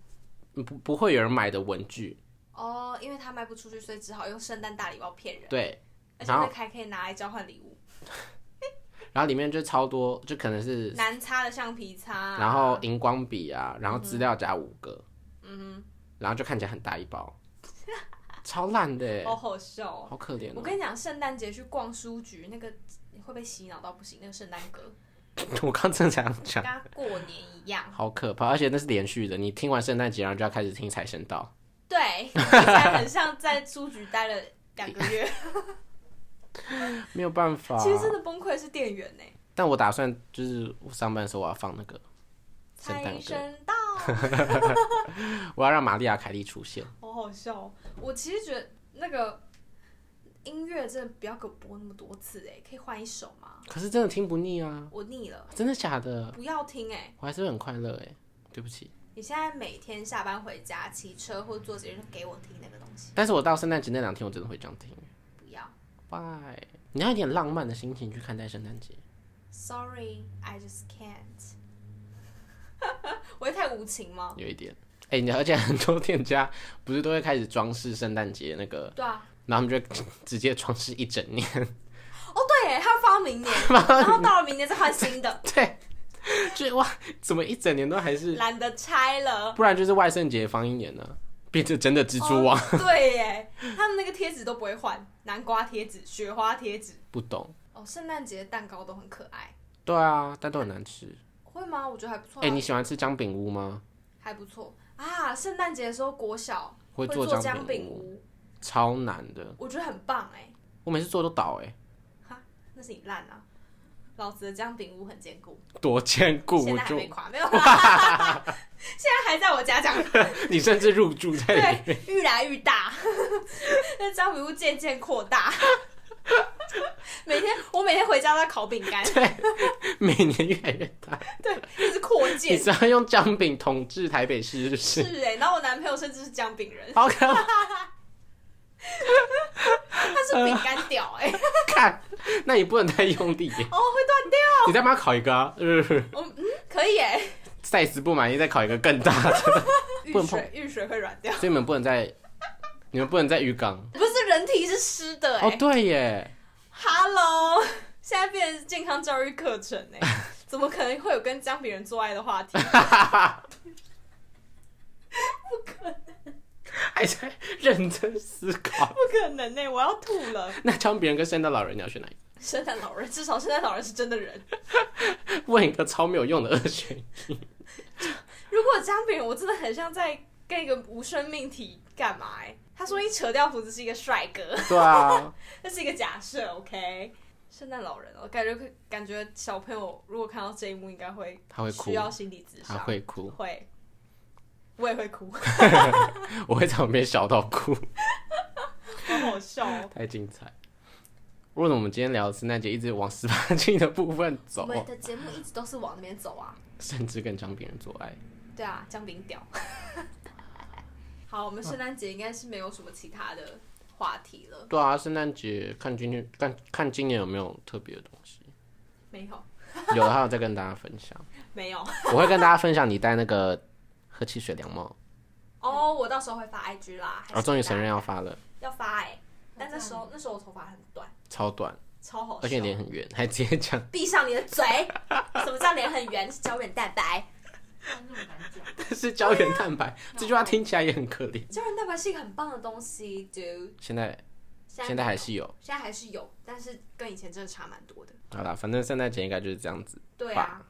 S2: 不不会有人买的文具。
S1: 哦，因为他卖不出去，所以只好用圣诞大礼包骗人，
S2: 对，
S1: 而且
S2: 然后
S1: 那个还可以拿来交换礼物，
S2: 然后里面就超多，就可能是，
S1: 难擦的橡皮擦啊，嗯
S2: 然后荧光笔啊，然后资料夹五个，嗯，然后就看起来很大 一包，超烂的耶，
S1: 好好笑哦。
S2: 好可怜
S1: 我
S2: 哦。
S1: 跟你讲，圣诞节去逛书局，那个你会被洗脑到不行，那个圣诞歌
S2: 我刚正想讲
S1: 跟。他过年一样。
S2: 好可怕，而且那是连续的。你听完圣诞节，然后就要开始听财神到。
S1: 对，听起来很像在书局待了两个 月。
S2: 没有办法。
S1: 其实真的崩溃是店员呢、欸
S2: 但我打算就是我上班的时候我要放那个，圣
S1: 财
S2: 诞歌
S1: 神到，
S2: 我要让玛利亚凯莉出现。
S1: 好好笑、哦。我其实觉得那个音乐真的不要给我播那么多次哎、可以换一首吗？
S2: 可是真的听不腻啊，
S1: 我腻了，
S2: 真的假的？
S1: 不要听哎、
S2: 我还是会很快乐哎、对不起。
S1: 你现在每天下班回家骑车或坐捷运给我听那个东西，
S2: 但是我到圣诞节那两天，我真的会这样听。
S1: 不要。
S2: 拜，你要有一点浪漫的心情去看待圣诞节。
S1: Sorry, I just can't 。我会太无情吗？
S2: 有一点。哎、你而且很多店家不是都会开始装饰圣诞节那个，
S1: 对啊，
S2: 然后他们就会直接装饰一整年。
S1: 哦对耶，他要 发明年，然后到了明年再换新的，
S2: 对，就是哇，怎么一整年都还是
S1: 懒得拆了。
S2: 不然就是万圣节放一年呢、变成真的蜘蛛网。
S1: 哦对耶，他们那个贴纸都不会换，南瓜贴纸、雪花贴纸。
S2: 不懂。
S1: 哦，圣诞节蛋糕都很可爱，
S2: 对啊，但都很难吃。
S1: 会吗？我觉得还不错、啊，
S2: 哎、你喜欢吃姜饼屋吗？
S1: 还不错啊。圣诞节的时候，国小
S2: 会做
S1: 做
S2: 姜饼
S1: 饼
S2: 屋，
S1: 屋，
S2: 超难的。
S1: 我觉得很棒哎。
S2: 我每次做都倒、欸，
S1: 哈，那是你烂啊！老子的姜饼屋很坚固，
S2: 哎，多坚固
S1: 现
S2: 不
S1: 在还
S2: 住
S1: 没。垮，没有啦， 现在还在我 家讲，
S2: 你甚至入住在里面，
S1: 对，愈来愈大， 那姜饼屋渐渐扩大。 每天我每天回家都在烤饼干，
S2: 每年越来越大。
S1: 一直扩
S2: 你
S1: 建。
S2: 只要用姜饼统治台北市，是不
S1: 是
S2: 是？
S1: 哎、然后我男朋友甚至是姜饼人，
S2: 好可怕！
S1: 他是饼干屌哎、
S2: 看，那你不能再用力耶，
S1: 哦会断掉，
S2: 你再帮他烤一个、啊，呃
S1: 我嗯可以 哎、
S2: ，size 不满意再烤一个更大的，不
S1: 遇
S2: 能碰
S1: 水遇水会软掉，
S2: 所以你们不能再，你们不能再浴缸。
S1: 不是人体是湿的哎、
S2: 哦哦，对耶，
S1: Hello，现在变成健康教育课程哎、怎么可能会有跟姜饼人做爱的话题？
S2: 还在认真思考。
S1: 不可能呢、我要吐了。
S2: 那将别人跟圣诞老人，你要选哪一
S1: 圣诞老人，至少圣诞老人是真的人。
S2: 个？问一个超没有用的二选一。
S1: 如果姜饼人，我真的很像在跟一个无生命体干嘛、欸？他说一扯掉胡子是一个帅哥，
S2: 对啊，
S1: 那是一个假设，OK？圣诞老人哦，感觉感觉小朋友如果看到这一幕，应该会
S2: 他会哭
S1: 需，要心理咨
S2: 他
S1: 商，
S2: 会哭，
S1: 会，我也会哭，
S2: 我会在旁边笑到哭，
S1: 好好笑哦。
S2: 太精彩。为什么我们今天聊的圣诞节一直往十八禁的部分
S1: 我
S2: 走啊，
S1: 们的节目一直都是往那边走啊。
S2: 甚至跟张别人做爱？
S1: 对啊，姜饼屌。 好，我们圣诞节应该是没有什么其他的话题了，
S2: 对啊，圣诞节看今天看看今年有没有特别的东 西，
S1: 没有，
S2: 有的话我再跟大家分享。
S1: 没有。
S2: 我会跟大家分享你戴那个喝汽水凉帽。
S1: 哦，我到时候会发 IG 啦。还
S2: 啊，
S1: 是
S2: 终于
S1: 大
S2: 承认要发了，
S1: 要发哎、但那时候那时候我头发很短，
S2: 超短，
S1: 超好
S2: 而且
S1: 笑。
S2: 脸很圆，还直接 讲。
S1: 闭上你的嘴！什么叫脸很圆？是胶原蛋白。
S3: 那么难讲。
S2: 但是胶原蛋白、
S1: 啊
S2: 这句话听起来也很可怜。
S1: 胶原蛋白是一个很棒的东西，dude。
S2: 现在
S1: 现
S2: 现在还是有，
S1: 现在还是有，但是跟以前真的差蛮多的。
S2: 好啦，反正圣诞节应该就是这样子。
S1: 对啊，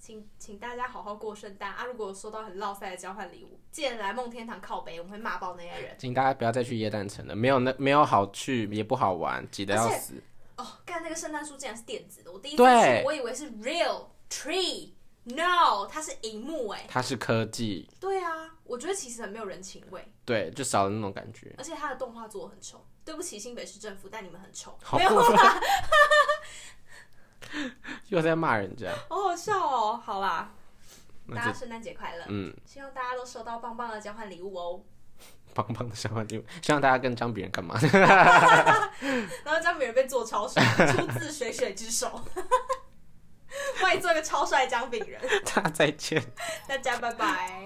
S1: 请请大家好好过圣诞啊！如果有收到很落塞的交换礼物，记得来梦天堂靠北，我们会骂爆那些人。
S2: 请大家不要再去椰蛋城了，没有那没有好去，也不好玩，挤得要死。
S1: 哦，干那个圣诞树竟然是电子的，我第一次
S2: 对
S1: 去我以为是 real tree，no，它是荧幕哎、
S2: 它是科技，
S1: 对啊，我觉得其实很没有人情味，
S2: 对，就少了那种感觉，
S1: 而且它的动画做的很丑。对不起，新北市政府，但你们很丑，
S2: 好哦
S1: 没有啊
S2: 过 分
S1: 啦，
S2: 又在骂人家。
S1: 好好笑哦。好啦，
S2: 那
S1: 大家
S2: 就
S1: 圣诞节快乐，
S2: 嗯，
S1: 希望大家都收到棒棒的交换礼物哦。
S2: 棒棒的小欢礼物，希望大家跟张别人干嘛？
S1: 然后姜饼人被做超帅，出自水水之手。 欢迎做一个超帅姜饼人，
S2: 大家再见。
S1: 大家拜拜。